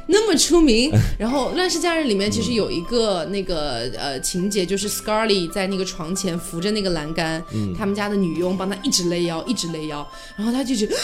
Speaker 1: 那么出名。然后《乱世佳人》里面其实有一个那个呃情节，就是 Scarly 在那个床前扶着那个栏杆，
Speaker 3: 嗯
Speaker 1: 他们家的女佣帮她一直勒腰，一直勒腰，然后她就一直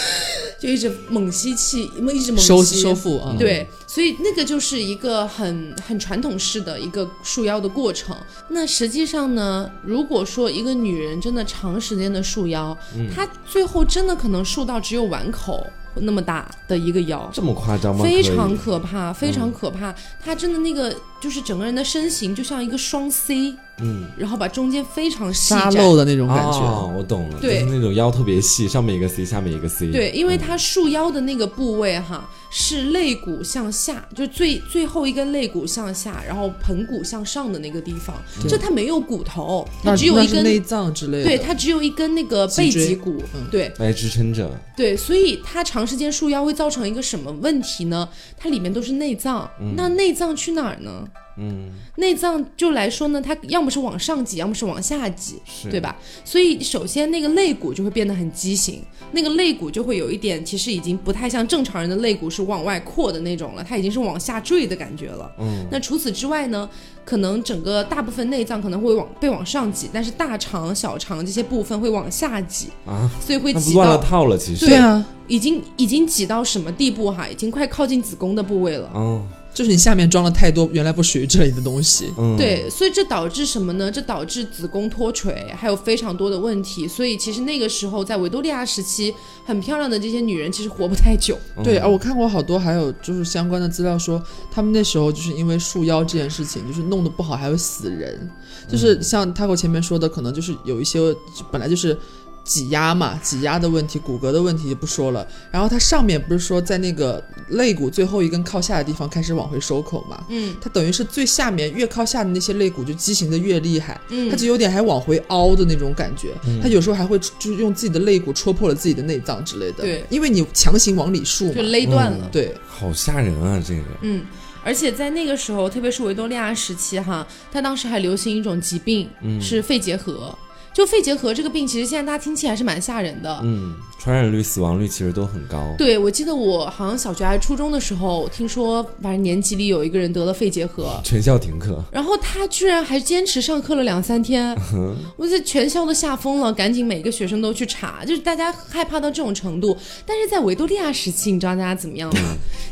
Speaker 1: 就一直猛吸气，一直猛吸
Speaker 3: 收收腹啊，
Speaker 1: 对，所以那个就是一个很很传统式的一个束腰的过程。那实际上呢，如果说一个女人真的长时间的束腰，
Speaker 3: 嗯
Speaker 1: 她最后真的可能束到只有碗口那么大的一个腰。
Speaker 2: 这么夸张吗？
Speaker 1: 非常可
Speaker 2: 可
Speaker 3: 嗯
Speaker 1: 怕，非常可怕。她真的那个就是整个人的身形就像一个双 C，
Speaker 2: 以嗯。
Speaker 1: 然后把中间非常细
Speaker 3: 沙
Speaker 1: 窄。
Speaker 3: 漏的那种感觉，
Speaker 2: 哦，我懂了，
Speaker 1: 对
Speaker 2: 就是那种腰特别细，上面一个 C，下面一个 C，嗯
Speaker 1: 对，，因为它束腰的那个部位哈是肋骨向下，就是最最后一根肋骨向下，然后盆骨向上的那个地方，就它没有骨头，它
Speaker 3: 那
Speaker 1: 只有
Speaker 3: 那
Speaker 1: 一
Speaker 3: 是
Speaker 1: 根，
Speaker 3: 内脏之类的，
Speaker 1: 对，它只有一根那个背
Speaker 3: 脊椎
Speaker 1: 脊骨，
Speaker 3: 嗯
Speaker 1: 对
Speaker 2: 来支撑着，
Speaker 1: 对，所以它长时间束腰会造成一个什么问题呢？它里面都是内脏，那内脏去哪儿呢？
Speaker 2: 嗯，
Speaker 1: 内脏就来说呢，它要么是往上挤，要么是往下挤，
Speaker 2: 是
Speaker 1: 对？吧？所以首先那个肋骨就会变得很畸形，那个肋骨就会有一点，其实已经不太像正常人的肋骨是往外扩的那种了，它已经是往下坠的感觉了。
Speaker 2: 嗯，
Speaker 1: 那除此之外呢，可能整个大部分内脏可能会往被往上挤，但是大肠、小肠这些部分会往下挤，
Speaker 2: 啊，
Speaker 1: 所以会
Speaker 2: 那不
Speaker 1: 挤
Speaker 2: 乱了
Speaker 1: 到
Speaker 2: 套了，其实，
Speaker 3: 对啊，
Speaker 1: 已经已经挤到什么地步哈，已经快靠近子宫的部位了。
Speaker 2: 嗯
Speaker 3: 就是你下面装了太多原来不属于这里的东西，
Speaker 2: 嗯，，
Speaker 1: 对，所以这导致什么呢？这导致子宫脱垂，还有非常多的问题。所以其实那个时候，在维多利亚时期，很漂亮的这些女人其实活不太久。
Speaker 2: 嗯
Speaker 3: 对啊，我看过好多，还有就是相关的资料说，他们那时候就是因为束腰这件事情，就是弄得不
Speaker 1: 嗯
Speaker 3: 好还会死人，就是像 Taco 前面说的，可能就是有一些就本来就是挤压嘛，挤压的问题，骨骼的问题就不说了。然后它上面不是说在那个肋骨最后一根靠下的地方开始往回收口嘛？
Speaker 1: 嗯
Speaker 3: 它等于是最下面越靠下的那些肋骨就畸形的越厉害，
Speaker 1: 嗯，
Speaker 3: 它就有点还往回凹的那种感觉。它有时候还会就是用自己的肋骨戳破了自己的内脏之类的。
Speaker 1: 对
Speaker 3: 因为你强行往里竖
Speaker 1: 就
Speaker 3: 嘛。
Speaker 1: 勒断了。
Speaker 3: 对，
Speaker 2: 好吓人啊！这个
Speaker 1: 嗯，而且在那个时候，特别是维多利亚时期哈，它当时还流行一种疾病，是肺结核。就肺结核这个病，其实现在大家听起来是蛮吓人的。
Speaker 2: 嗯，传染率、死亡率其实都很高。
Speaker 1: 对，我记得我好像小学还是初中的时候，听说反正年级里有一个人得了肺结核，
Speaker 2: 全校停课，
Speaker 1: 然后他居然还坚持上课了两三天，我在全校都吓疯了，赶紧每个学生都去查，就是大家害怕到这种程度。但是在维多利亚时期，你知道大家怎么样吗？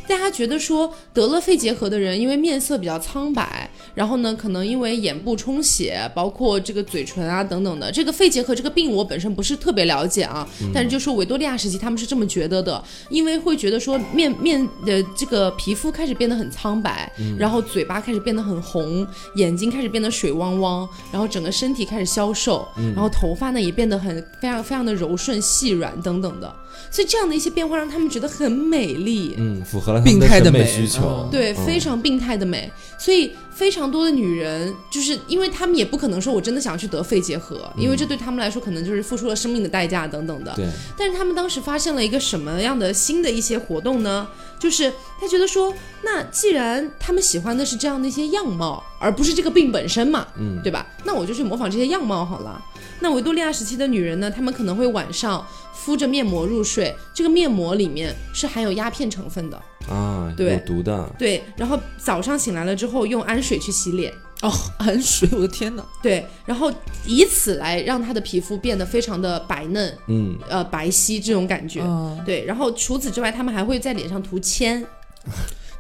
Speaker 1: 大家觉得说得了肺结核的人，因为面色比较苍白，然后呢，可能因为眼部充血，包括这个嘴唇啊等等的。这个肺结核这个病，我本身不是特别了解啊，但是就说维多利亚时期他们是这么觉得的，因为会觉得说面面的这个皮肤开始变得很苍白，然后嘴巴开始变得很红，眼睛开始变得水汪汪，然后整个身体开始消瘦，然后头发呢也变得很非常非常的柔顺细软等等的，所以这样的一些变化让他们觉得很美丽。
Speaker 2: 嗯，符合了他们
Speaker 3: 病态的
Speaker 2: 审美
Speaker 3: 美
Speaker 2: 需求
Speaker 3: 嗯。
Speaker 1: 对，
Speaker 2: 嗯
Speaker 1: 非常病态的美，所以非常多的女人，就是因为她们也不可能说我真的想去得肺结核，因为这对她们来说可能就是付出了生命的代价等等的。
Speaker 2: 嗯对，
Speaker 1: 但是他们当时发现了一个什么样的新的一些活动呢？就是他觉得说，那既然他们喜欢的是这样的一些样貌，而不是这个病本身嘛，
Speaker 2: 嗯，
Speaker 1: 对吧？那我就去模仿这些样貌好了。那维多利亚时期的女人呢，她们可能会晚上敷着面膜入睡，这个面膜里面是含有鸦片成分的，
Speaker 2: 啊，
Speaker 1: 对
Speaker 2: 有毒的，
Speaker 1: 对。然后早上醒来了之后，用氨水去洗脸，
Speaker 3: 哦，含水，我的天哪！
Speaker 1: 对，然后以此来让她的皮肤变得非常的白嫩，
Speaker 2: 嗯，
Speaker 1: 呃，白皙这种感觉。
Speaker 3: 啊，
Speaker 1: 对，然后除此之外，他们还会在脸上涂铅，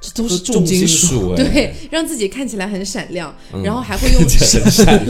Speaker 3: 这都
Speaker 2: 都
Speaker 3: 是
Speaker 2: 是重
Speaker 3: 金
Speaker 2: 金属，哎，
Speaker 1: 对，让自己看起来很闪亮，
Speaker 2: 嗯
Speaker 1: 然后还会 用
Speaker 2: 很闪亮，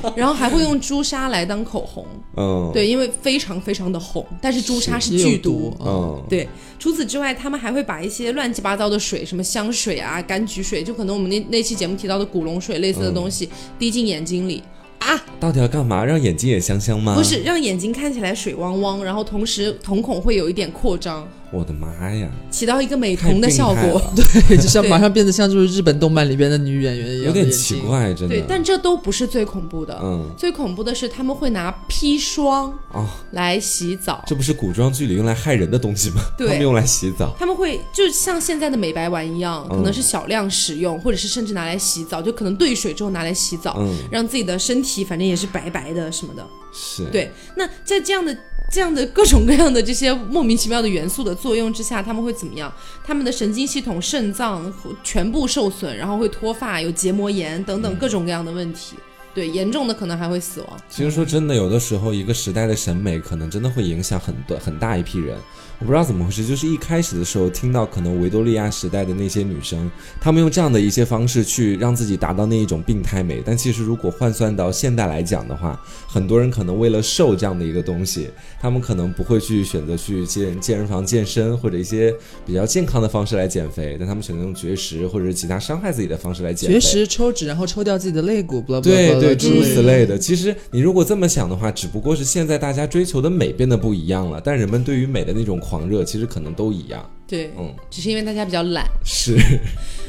Speaker 1: 对，然后还会用朱砂来当口红，
Speaker 2: 嗯，，
Speaker 1: 对，因为非常非常的红，但是朱砂哦是
Speaker 3: 也
Speaker 1: 剧
Speaker 3: 有毒
Speaker 1: 毒。
Speaker 2: 嗯，
Speaker 1: 对，除此之外，他们还会把一些乱七八糟的水，什么香水啊、柑橘水，就可能我们那那期节目提到的古龙水类似的
Speaker 2: 嗯
Speaker 1: 东西，滴进眼睛里啊，
Speaker 2: 到底要干嘛？让眼睛也香香吗？
Speaker 1: 不，是让眼睛看起来水汪汪，然后同时瞳孔会有一点扩张，
Speaker 2: 我的妈呀，
Speaker 1: 起到一个美
Speaker 2: 太
Speaker 1: 瞳的
Speaker 2: 病
Speaker 1: 效
Speaker 2: 态
Speaker 1: 果。
Speaker 2: 了
Speaker 3: 对，就像
Speaker 1: 对
Speaker 3: 马上变得像就是日本动漫里边的女演员一样，
Speaker 2: 有点奇。怪，真的。
Speaker 1: 对，但这都不是最恐怖的。
Speaker 2: 嗯，
Speaker 1: 最恐怖的是他们会拿砒霜
Speaker 2: 哦，
Speaker 1: 来洗澡，
Speaker 2: 这不是古装剧里用来害人的东西吗？
Speaker 1: 对
Speaker 2: 他们用来洗澡。
Speaker 1: 他们会就像现在的美白丸一样，
Speaker 2: 嗯
Speaker 1: 可能是少量使用，或者是甚至拿来洗澡，就可能兑水之后拿来洗澡，
Speaker 2: 嗯，
Speaker 1: 让自己的身体反正也是白白的什么的。
Speaker 2: 是。
Speaker 1: 对，那在这样的。这样的各种各样的这些莫名其妙的元素的作用之下，他们会怎么样？他们的神经系统、肾脏全部受损，然后会脱发、有结膜炎等
Speaker 2: 嗯
Speaker 1: 等各种各样的问题。对，严重的可能还会死亡。
Speaker 2: 其实说真的，有的时候一个时代的审美可能真的会影响很多很大一批人。我不知道怎么回事，就是一开始的时候听到可能维多利亚啊时代的那些女生，她们用这样的一些方式去让自己达到那一种病态美，但其实如果换算到现代来讲的话，很多人可能为了瘦这样的一个东西，他们可能不会去选择去健健身房健身或者一些比较健康的方式来减肥，但他们选择用绝食或者是其他伤害自己的方式来减肥。
Speaker 3: 绝食抽脂，然后抽掉自己的肋骨，不啦不啦
Speaker 2: 对对，
Speaker 3: 之
Speaker 2: 诸如
Speaker 3: 类
Speaker 2: 此
Speaker 3: 的。
Speaker 2: 类的。其实你如果这么想的话，只不过是现在大家追求的美变得不一样了，但人们对于美的那种狂热，其实可能都一样。
Speaker 1: 对，
Speaker 2: 嗯，
Speaker 1: 只是因为大家比较懒。
Speaker 2: 是，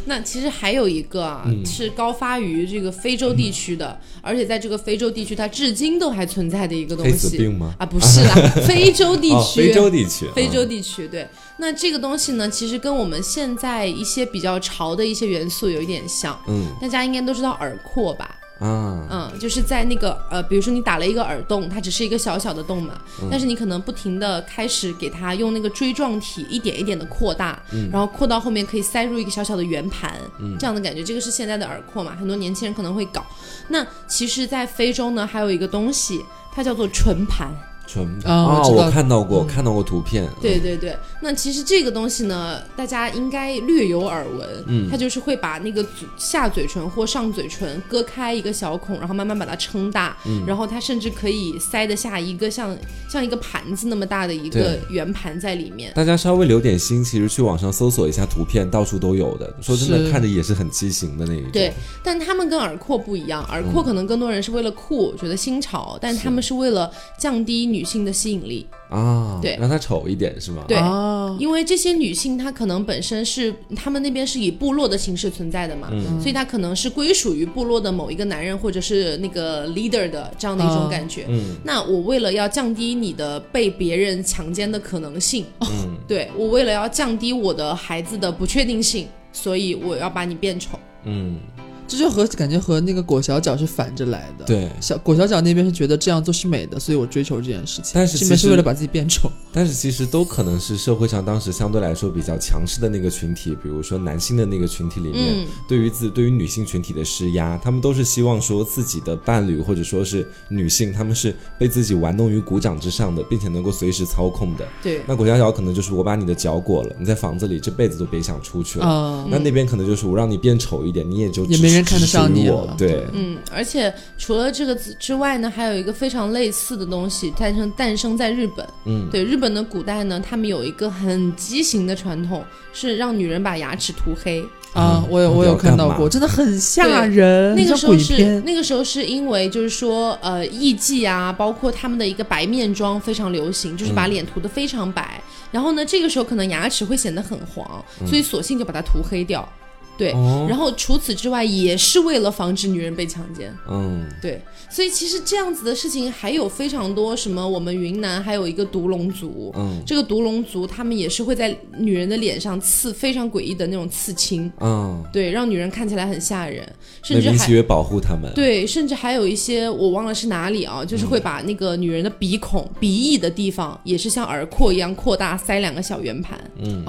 Speaker 1: 那其实还有一个啊，
Speaker 2: 嗯
Speaker 1: 是高发于这个非洲地区的，而且在这个非洲地区，它至今都还存在的一个东
Speaker 2: 黑死
Speaker 1: 西
Speaker 2: 病吗？
Speaker 1: 啊，不是 啦，非洲地
Speaker 2: 哦，
Speaker 1: 区，
Speaker 2: 非洲地区，
Speaker 1: 非洲
Speaker 2: 嗯
Speaker 1: 地区，对。那这个东西呢，其实跟我们现在一些比较潮的一些元素有一点像，
Speaker 2: 嗯
Speaker 1: 大家应该都知道耳廓吧？
Speaker 2: 啊，
Speaker 1: 嗯，就是在那个呃，比如说你打了一个耳洞，它只是一个小小的洞嘛，但是你可能不停的开始给它用那个锥状体一点一点的扩大，然后扩到后面可以塞入一个小小的圆盘，这样的感觉，这个是现在的耳廓嘛，很多年轻人可能会搞。那其实，在非洲呢，还有一个东西，它叫做唇盘。
Speaker 2: 纯
Speaker 1: 哦
Speaker 3: 啊我知道
Speaker 2: 我看到过，我看到过图片，
Speaker 1: 嗯对对对，那其实这个东西呢，大家应该略有耳闻。嗯，它就是会把那个嘴下嘴唇或上嘴唇割开一个小孔，然后慢慢把它撑大，然后它甚至可以塞得下一个像像一个盘子那么大的一个
Speaker 2: 对
Speaker 1: 圆盘在里面。
Speaker 2: 大家稍微留点心，其实去网上搜索一下图片，到处都有的。说真的，
Speaker 3: 是
Speaker 2: 看着也是很畸形的那一种。
Speaker 1: 对，但他们跟耳廓不一样，耳廓可能更多人是为了酷，觉得新潮，但他们是为了降低女性的吸引力。
Speaker 2: 啊，
Speaker 1: 对
Speaker 2: 让他丑一点是吗？
Speaker 1: 对
Speaker 3: 哦，
Speaker 1: 因为这些女性她可能本身是她们那边是以部落的形式存在的嘛，
Speaker 2: 嗯
Speaker 1: 所以她可能是归属于部落的某一个男人或者是那个 leader 的这样的一种感觉。
Speaker 2: 嗯
Speaker 1: 那我为了要降低你的被别人强奸的可能性，
Speaker 2: 嗯，
Speaker 1: 对我为了要降低我的孩子的不确定性，所以我要把你变丑。
Speaker 2: 嗯，
Speaker 3: 这就和感觉和那个裹小脚是反着来的。，
Speaker 2: 对。
Speaker 3: 小裹小脚那边是觉得这样做是美的，所以我追求这件事情。
Speaker 2: 但是
Speaker 3: 这边
Speaker 2: 其
Speaker 3: 是
Speaker 2: 实
Speaker 3: 为了把自己变丑。
Speaker 2: 但是其实都可能是社会上当时相对来说比较强势的那个群体，比如说男性的那个群体里面，
Speaker 1: 嗯
Speaker 2: 对于自对于女性群体的施压，他们都是希望说自己的伴侣或者说是女性，他们是被自己玩弄于股掌之上的，并且能够随时操控的。
Speaker 1: 对，
Speaker 2: 那裹小脚可能就是我把你的脚裹了，你在房子里这辈子都别想出去了。
Speaker 3: 啊，
Speaker 2: 那那边可能就是我让你变丑一点，你也就
Speaker 3: 也
Speaker 2: 只
Speaker 3: 没人看得上
Speaker 2: 只
Speaker 3: 你
Speaker 2: 属于我
Speaker 3: 了
Speaker 2: 对，
Speaker 1: 嗯，而且除了这个之之外呢，还有一个非常类似的东西诞生诞生在日本。
Speaker 2: 嗯，
Speaker 1: 对，日本的古代呢，他们有一个很畸形的传统，是让女人把牙齿涂黑。
Speaker 3: 啊
Speaker 2: 嗯，
Speaker 3: 我有
Speaker 2: 你
Speaker 3: 我
Speaker 2: 要
Speaker 3: 有
Speaker 2: 干
Speaker 3: 看到
Speaker 2: 嘛
Speaker 3: 过，真的很吓
Speaker 1: 对
Speaker 3: 人，
Speaker 1: 那个
Speaker 3: 像
Speaker 1: 时候
Speaker 3: 鬼
Speaker 1: 是
Speaker 3: 片。
Speaker 1: 那个时候是因为就是说呃艺妓啊，包括他们的一个白面妆非常流行，就是把脸涂得非常白。然后呢，这个时候可能牙齿会显得很黄，所以索性就把它涂黑掉。对，
Speaker 2: 哦
Speaker 1: 然后除此之外也是为了防止女人被强奸。
Speaker 2: 嗯，
Speaker 1: 对，所以其实这样子的事情还有非常多，什么我们云南还有一个独龙族，
Speaker 2: 嗯
Speaker 1: 这个独龙族他们也是会在女人的脸上刺非常诡异的那种刺青，
Speaker 2: 嗯，
Speaker 1: 对，让女人看起来很吓人，甚
Speaker 2: 那
Speaker 1: 至
Speaker 2: 冰
Speaker 1: 还
Speaker 2: 喜。月保护他们，
Speaker 1: 对，甚至还有一些我忘了是哪里啊，就是会把那个女人的鼻孔、鼻翼的地方，也是像耳廓一样扩大，塞两个小圆盘，
Speaker 2: 嗯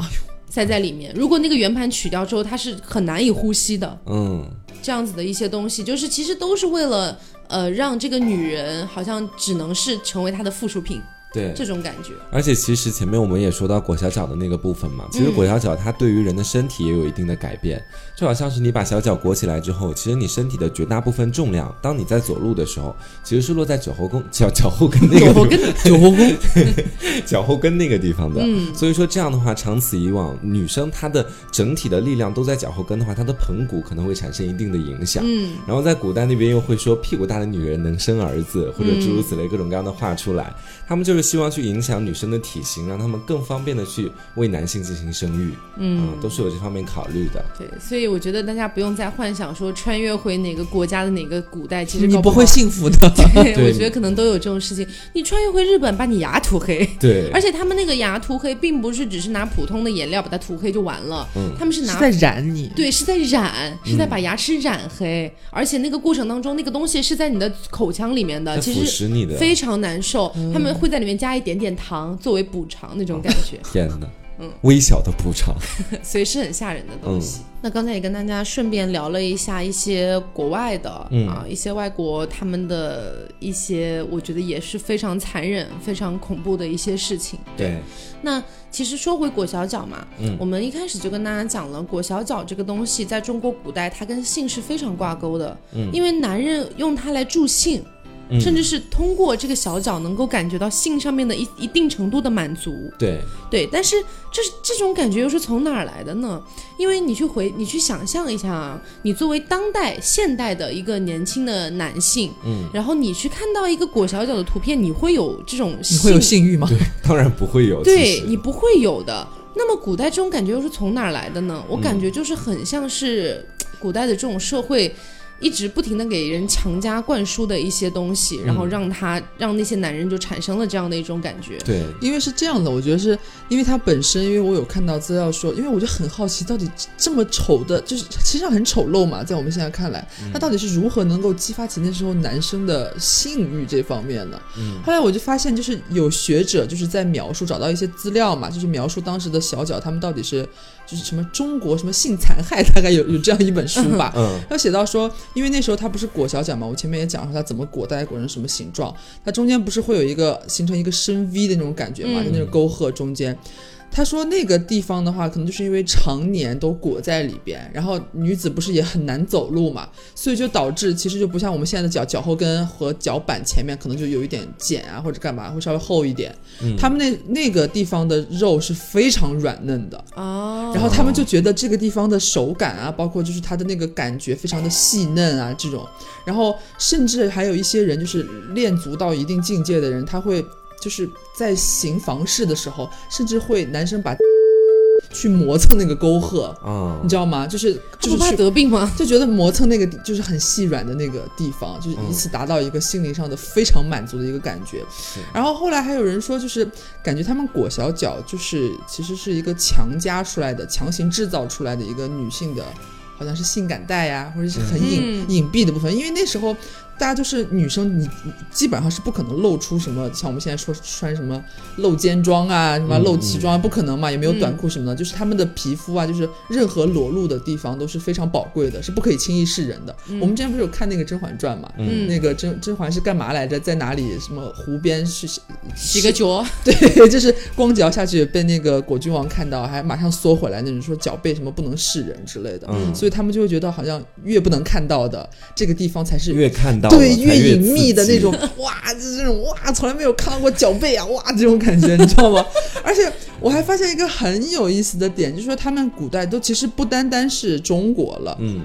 Speaker 1: 塞在里面。如果那个圆盘取掉之后，它是很难以呼吸的。
Speaker 2: 嗯。
Speaker 1: 这样子的一些东西，就是其实都是为了呃让这个女人好像只能是成为她的附属品
Speaker 2: 对，
Speaker 1: 这种感觉。
Speaker 2: 而且其实前面我们也说到裹小脚的那个部分嘛，其实裹小脚它对于人的身体也有一定的改变，就好像是你把小脚裹起来之后，其实你身体的绝大部分重量，当你在走路的时候，其实是落在脚后跟 脚脚后跟那个
Speaker 3: 九后跟 九后宫，
Speaker 2: 脚后跟 那个地方的。所以说这样的话，长此以往，女生她的整体的力量都在脚后跟的话，她的盆骨可能会产生一定的影响。
Speaker 1: 嗯，
Speaker 2: 然后在古代那边又会说屁股大的女人能生儿子，或者诸如此类各种各样的话出来，他们就是希望去影响女生的体型，让他们更方便的去为男性进行生育，嗯都是有这方面考虑的。
Speaker 1: 对，所以我觉得大家不用再幻想说穿越回哪个国家的哪个古代，其实
Speaker 3: 你
Speaker 1: 搞
Speaker 3: 不
Speaker 1: 不
Speaker 3: 会
Speaker 1: 好。
Speaker 3: 幸福的。
Speaker 1: 对，
Speaker 2: 对
Speaker 1: 我觉得可能都有这种事情。你穿越回日本，把你牙涂黑，
Speaker 2: 对
Speaker 1: 而，且他们那个牙涂黑，并不是只是拿普通的颜料把它涂黑就完了，
Speaker 2: 嗯
Speaker 1: 他们是
Speaker 3: 是
Speaker 1: 拿
Speaker 3: 在染你，
Speaker 1: 对，是在染，是在把牙齿染黑，而且那个过程当中，那个东西是在你的口腔里面的，
Speaker 2: 在
Speaker 1: 其
Speaker 2: 腐
Speaker 1: 实
Speaker 2: 蚀你的，
Speaker 1: 非常难受，他们会在里面加一点点糖作为补偿那种感觉，
Speaker 2: 天哪，微小的补偿，
Speaker 1: 所以是很吓人的东西。那刚才也跟大家顺便聊了一下一些国外的、
Speaker 2: 嗯
Speaker 1: 啊，一些外国他们的一些，我觉得也是非常残忍、非常恐怖的一些事情。
Speaker 2: 对，
Speaker 1: 那其实说回裹小脚嘛，
Speaker 2: 嗯
Speaker 1: 我们一开始就跟大家讲了，裹小脚这个东西在中国古代它跟性是非常挂钩的，
Speaker 2: 嗯
Speaker 1: 因为男人用它来助兴，
Speaker 2: 嗯
Speaker 1: 甚至是通过这个小脚能够感觉到性上面的一一定程度的满足。
Speaker 2: 嗯对，
Speaker 1: 对，但是这是这种感觉又是从哪儿来的呢？因为你去回你去想象一下啊，你作为当代现代的一个年轻的男性，
Speaker 2: 嗯，
Speaker 1: 然后你去看到一个裹小脚的图片，你会有这种
Speaker 3: 你会有性欲吗？
Speaker 2: 当然不会有，
Speaker 3: 哦
Speaker 2: 其
Speaker 1: 对
Speaker 2: 实
Speaker 1: 你不会有的。那么古代这种感觉又是从哪儿来的
Speaker 3: 嗯
Speaker 1: 呢？我感觉就是很像是古代的这种社会。一直不停的给人强加灌输的一些东西，
Speaker 3: 嗯
Speaker 1: 然后让他让那些男人就产生了这样的一种感觉。
Speaker 2: 对，
Speaker 3: 因为是这样的，我觉得是因为它本身，因为我有看到资料说，因为我就很好奇，到底这么丑的，就是其实上很丑陋嘛，在我们现在看来，它到底是如何能够激发起那时候男生的性欲这方面呢？后来我就发现，就是有学者就是在描述找到一些资料嘛，就是描述当时的小脚他们到底是就是什么中国什么性残害， 大概有有这样一本书吧，
Speaker 2: 嗯
Speaker 3: 他写到说，因为那时候他不是裹小脚嘛，我前面也讲说他怎么裹，大概裹成什么形状，它中间不是会有一个形成一个深 V 的那种感觉嘛，
Speaker 1: 嗯
Speaker 3: 就那种沟壑中间。他说那个地方的话，可能就是因为常年都裹在里边，然后女子不是也很难走路嘛，所以就导致其实就不像我们现在的脚脚后跟和脚板前面可能就有一点茧啊或者干嘛会稍微厚一点，
Speaker 2: 嗯
Speaker 3: 他们那那个地方的肉是非常软嫩的，
Speaker 1: 哦，
Speaker 3: 然后他们就觉得这个地方的手感啊，包括就是它的那个感觉非常的细嫩啊，这种。然后甚至还有一些人就是练足到一定境界的人，他会就是在行房事的时候，甚至会男生把 去磨蹭那个沟壑，
Speaker 2: 啊
Speaker 3: 你，知道吗？就是
Speaker 1: 他
Speaker 3: 就
Speaker 1: 不
Speaker 3: 是
Speaker 1: 怕
Speaker 3: 去
Speaker 1: 得病吗？
Speaker 3: 就觉得磨蹭那个地就是很细软的那个地方，就是以此达到一个心灵上的非常满足的一个感觉。然后后来还有人说，就是感觉他们裹小脚就是其实是一个强加出来的、强行制造出来的一个女性的，好像是性感带呀、或者是很隐、
Speaker 1: 嗯
Speaker 3: 隐蔽的部分，因为那时候。大家就是女生，你你基本上是不可能露出什么，像我们现在说穿什么露肩装啊，什么露脐装，不可能嘛，也没有短裤什么的，就是他们的皮肤啊，就是任何裸露的地方都是非常宝贵的，是不可以轻易示人的。我们之前不是有看那个《甄嬛传》嘛，
Speaker 1: 嗯
Speaker 3: 那个甄甄嬛是干嘛来着？在哪里？什么湖边是
Speaker 1: 洗个脚，
Speaker 3: 对， 就是光脚下去被那个果郡王看到，还马上缩回来那种，说脚背什么不能示人之类的，
Speaker 2: 嗯
Speaker 3: 所以他们就会觉得好像越不能看到的这个地方才是
Speaker 2: 越看到
Speaker 3: 对
Speaker 2: 了才
Speaker 3: 越隐
Speaker 2: 刺
Speaker 3: 秘的那
Speaker 2: 激
Speaker 3: 种，哇，就是这种哇，从来没有看到过脚背啊，哇，这种感觉，你知道吗？ 而且我还发现一个很有意思的点，就是说他们古代都其实不单单是中国了，
Speaker 2: 嗯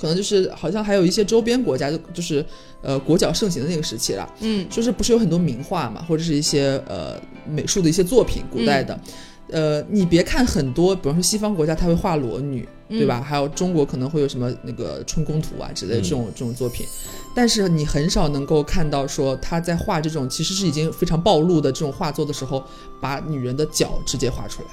Speaker 3: 可能就是好像还有一些周边国家，就就是呃裹脚盛行的那个时期了。
Speaker 1: 嗯，
Speaker 3: 就是不是有很多名画嘛，或者是一些呃美术的一些作品，古代的。
Speaker 1: 嗯
Speaker 3: 呃，你别看很多，比方说西方国家，它会画裸女，
Speaker 1: 嗯
Speaker 3: 对吧？还有中国可能会有什么那个春宫图啊之类的这种、这种作品，但是你很少能够看到说他在画这种其实是已经非常暴露的这种画作的时候，把女人的脚直接画出来，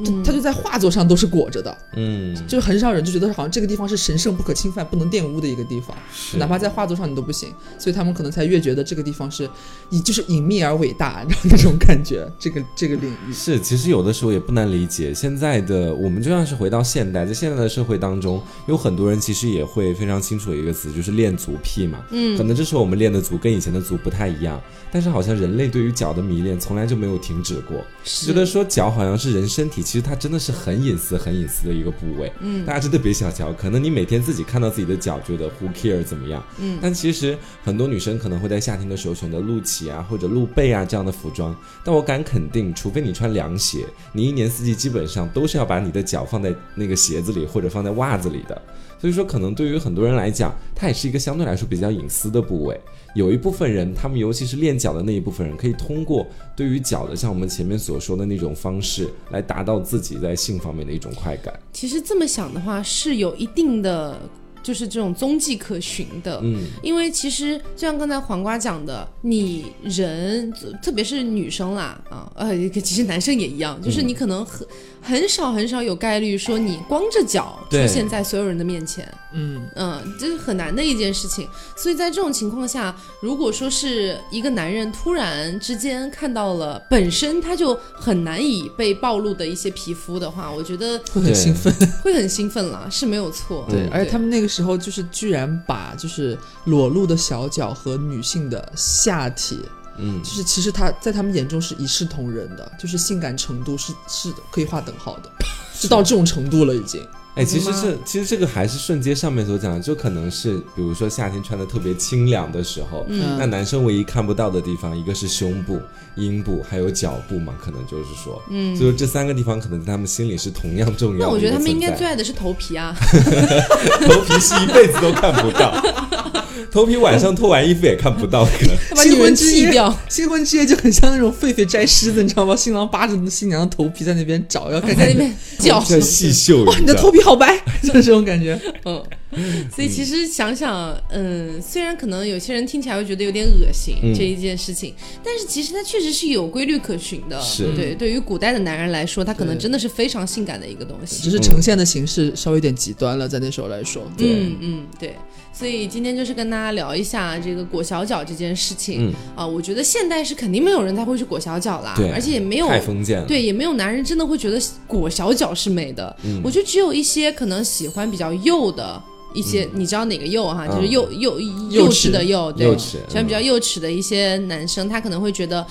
Speaker 1: 嗯
Speaker 3: 他就在画作上都是裹着的。
Speaker 2: 嗯，
Speaker 3: 就很少人就觉得好像这个地方是神圣不可侵犯、不能玷污的一个地方，
Speaker 2: 是
Speaker 3: 哪怕在画作上你都不行，所以他们可能才越觉得这个地方是以就是隐秘而伟大，然后那种感觉，这个这个领 域。
Speaker 2: 是，其实有的时候也不难理解，现在的我们就算是回到现代，在现在的社会当中，有很多人其实也会非常清楚一个词，就是练足癖嘛。嗯，可能这时候我们练的足跟以前的足不太一样，但是好像人类对于脚的迷恋从来就没有停止过，觉得说脚好像是人身体，其实它真的是很隐私、很隐私的一个部位。嗯，大家真的别小瞧，可能你每天自己看到自己的脚，觉得 who care 怎么样？嗯，但其实很多女生可能会在夏天的时候选择露脐啊或者露背啊这样的服装，但我敢肯定，除非你穿凉鞋，你一年四季基本上都是要把你的脚放在那个鞋子里或者放在袜子里的。所以说，可能对于很多人来讲，它也是一个相对来说比较隐私的部位。有一部分人，他们尤其是练脚的那一部分人，可以通过对于脚的，像我们前面所说的那种方式，来达到自己在性方面的一种快感。
Speaker 1: 其实这么想的话，是有一定的，就是这种踪迹可循的。
Speaker 2: 嗯，
Speaker 1: 因为其实就像刚才黄瓜讲的，你人特别是女生啦啊，呃，其实男生也一样，就是你可能很、很少很少有概率说你光着脚出
Speaker 2: 对
Speaker 1: 现在所有人的面前，
Speaker 3: 嗯，
Speaker 1: 嗯，这是很难的一件事情。所以在这种情况下，如果说是一个男人突然之间看到了本身他就很难以被暴露的一些皮肤的话，我觉得
Speaker 3: 会很兴奋。
Speaker 1: 会很兴奋啦，是没有错。
Speaker 2: 对
Speaker 3: 而且他们那个时候就是居然把就是裸露的小脚和女性的下体。
Speaker 2: 嗯
Speaker 3: 就是其实他在他们眼中是一视同仁的，就是性感程度是是可以划等号 的，就到这种程度了已经。
Speaker 2: 哎，其实
Speaker 1: 妈
Speaker 2: 这其实这个还是瞬间上面所讲的，就可能是比如说夏天穿的特别清凉的时候，
Speaker 1: 嗯
Speaker 2: 那男生唯一看不到的地方，一个是胸部、阴部，还有脚部嘛，可能就是说，嗯，所以说这三个地方可能在他们心里是同样重要的
Speaker 1: 那我
Speaker 2: 一个存在。
Speaker 1: 觉得他们应该最爱的是头皮 啊，
Speaker 2: 头皮是一辈子都看不到，头皮晚上脱完衣服也看不到的。
Speaker 1: 要把女人剃
Speaker 3: 夜
Speaker 1: 掉。
Speaker 3: 新婚之夜就很像那种狒狒摘狮子，你知道吗？ 新郎扒着新娘的头皮在那边找，要看
Speaker 1: 哦在
Speaker 3: 看
Speaker 1: 那
Speaker 3: 你
Speaker 1: 边叫，
Speaker 2: 像细嗅
Speaker 3: 哇，
Speaker 1: 哦
Speaker 2: 一
Speaker 3: 你的
Speaker 2: 样。
Speaker 3: 头皮好白，就是这种感觉。
Speaker 1: 嗯，所以其实想想，嗯，虽然可能有些人听起来会觉得有点恶心、
Speaker 2: 嗯
Speaker 1: 这一件事情，但是其实它确实是有规律可循的。
Speaker 2: 是
Speaker 1: 对，对于古代的男人来说，他可能
Speaker 3: 对
Speaker 1: 真的是非常性感的一个东西
Speaker 3: 只。是呈现的形式稍微有点极端了，在那时候来说，对
Speaker 1: 嗯嗯，对。所以今天就是跟大家聊一下这个裹小脚这件事情
Speaker 2: 嗯
Speaker 1: 啊、我觉得现代是肯定没有人他会去裹小脚啦
Speaker 2: 对，
Speaker 1: 而且也没有
Speaker 2: 太封建了，
Speaker 1: 对，也没有男人真的会觉得裹小脚是美的。我觉得只有一些可能喜欢比较幼的一些，你知道哪个幼哈、
Speaker 2: 嗯
Speaker 1: 就是幼幼
Speaker 3: 幼
Speaker 1: 幼稚的
Speaker 3: 稚
Speaker 1: 幼，对
Speaker 2: 幼，嗯稚
Speaker 1: 喜欢比较幼稚的一些男生，他可能会觉得。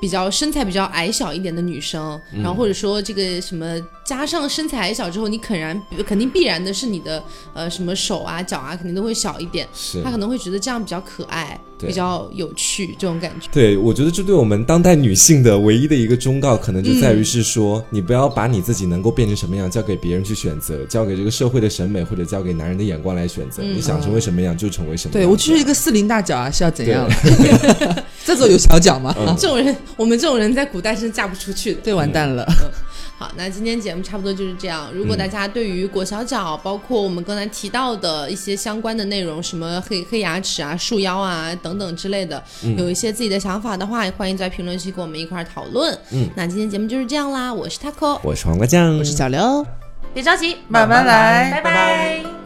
Speaker 1: 比较身材比较矮小一点的女生，然后或者说这个什么加上身材矮小之后，你肯然肯定必然的是你的呃什么手啊脚啊肯定都会小一点，
Speaker 2: 是
Speaker 1: 他可能会觉得这样比较可爱，
Speaker 2: 对
Speaker 1: 比较有趣这种感觉。
Speaker 2: 对，我觉得这对我们当代女性的唯一的一个忠告，可能就在于是说，你不要把你自己能够变成什么样交给别人去选择，交给这个社会的审美或者交给男人的眼光来选择。你想成为什么样就成为什么样。
Speaker 3: 嗯对我就是一个四零大脚啊，是要怎样？ 这时候有小脚吗？
Speaker 2: 嗯
Speaker 1: 这种人，我们这种人在古代是嫁不出去的。
Speaker 3: 对，完蛋了。
Speaker 1: 嗯好，那今天节目差不多就是这样。如果大家对于裹小脚，包括我们刚才提到的一些相关的内容，什么黑黑牙齿啊、束腰啊等等之类的，有一些自己的想法的话，也欢迎在评论区跟我们一块儿讨论。嗯，那今天节目就是这样啦，我是 Taco，
Speaker 2: 我是黄瓜酱，
Speaker 3: 我是小刘，
Speaker 1: 别着急，
Speaker 3: 慢慢来
Speaker 1: 拜拜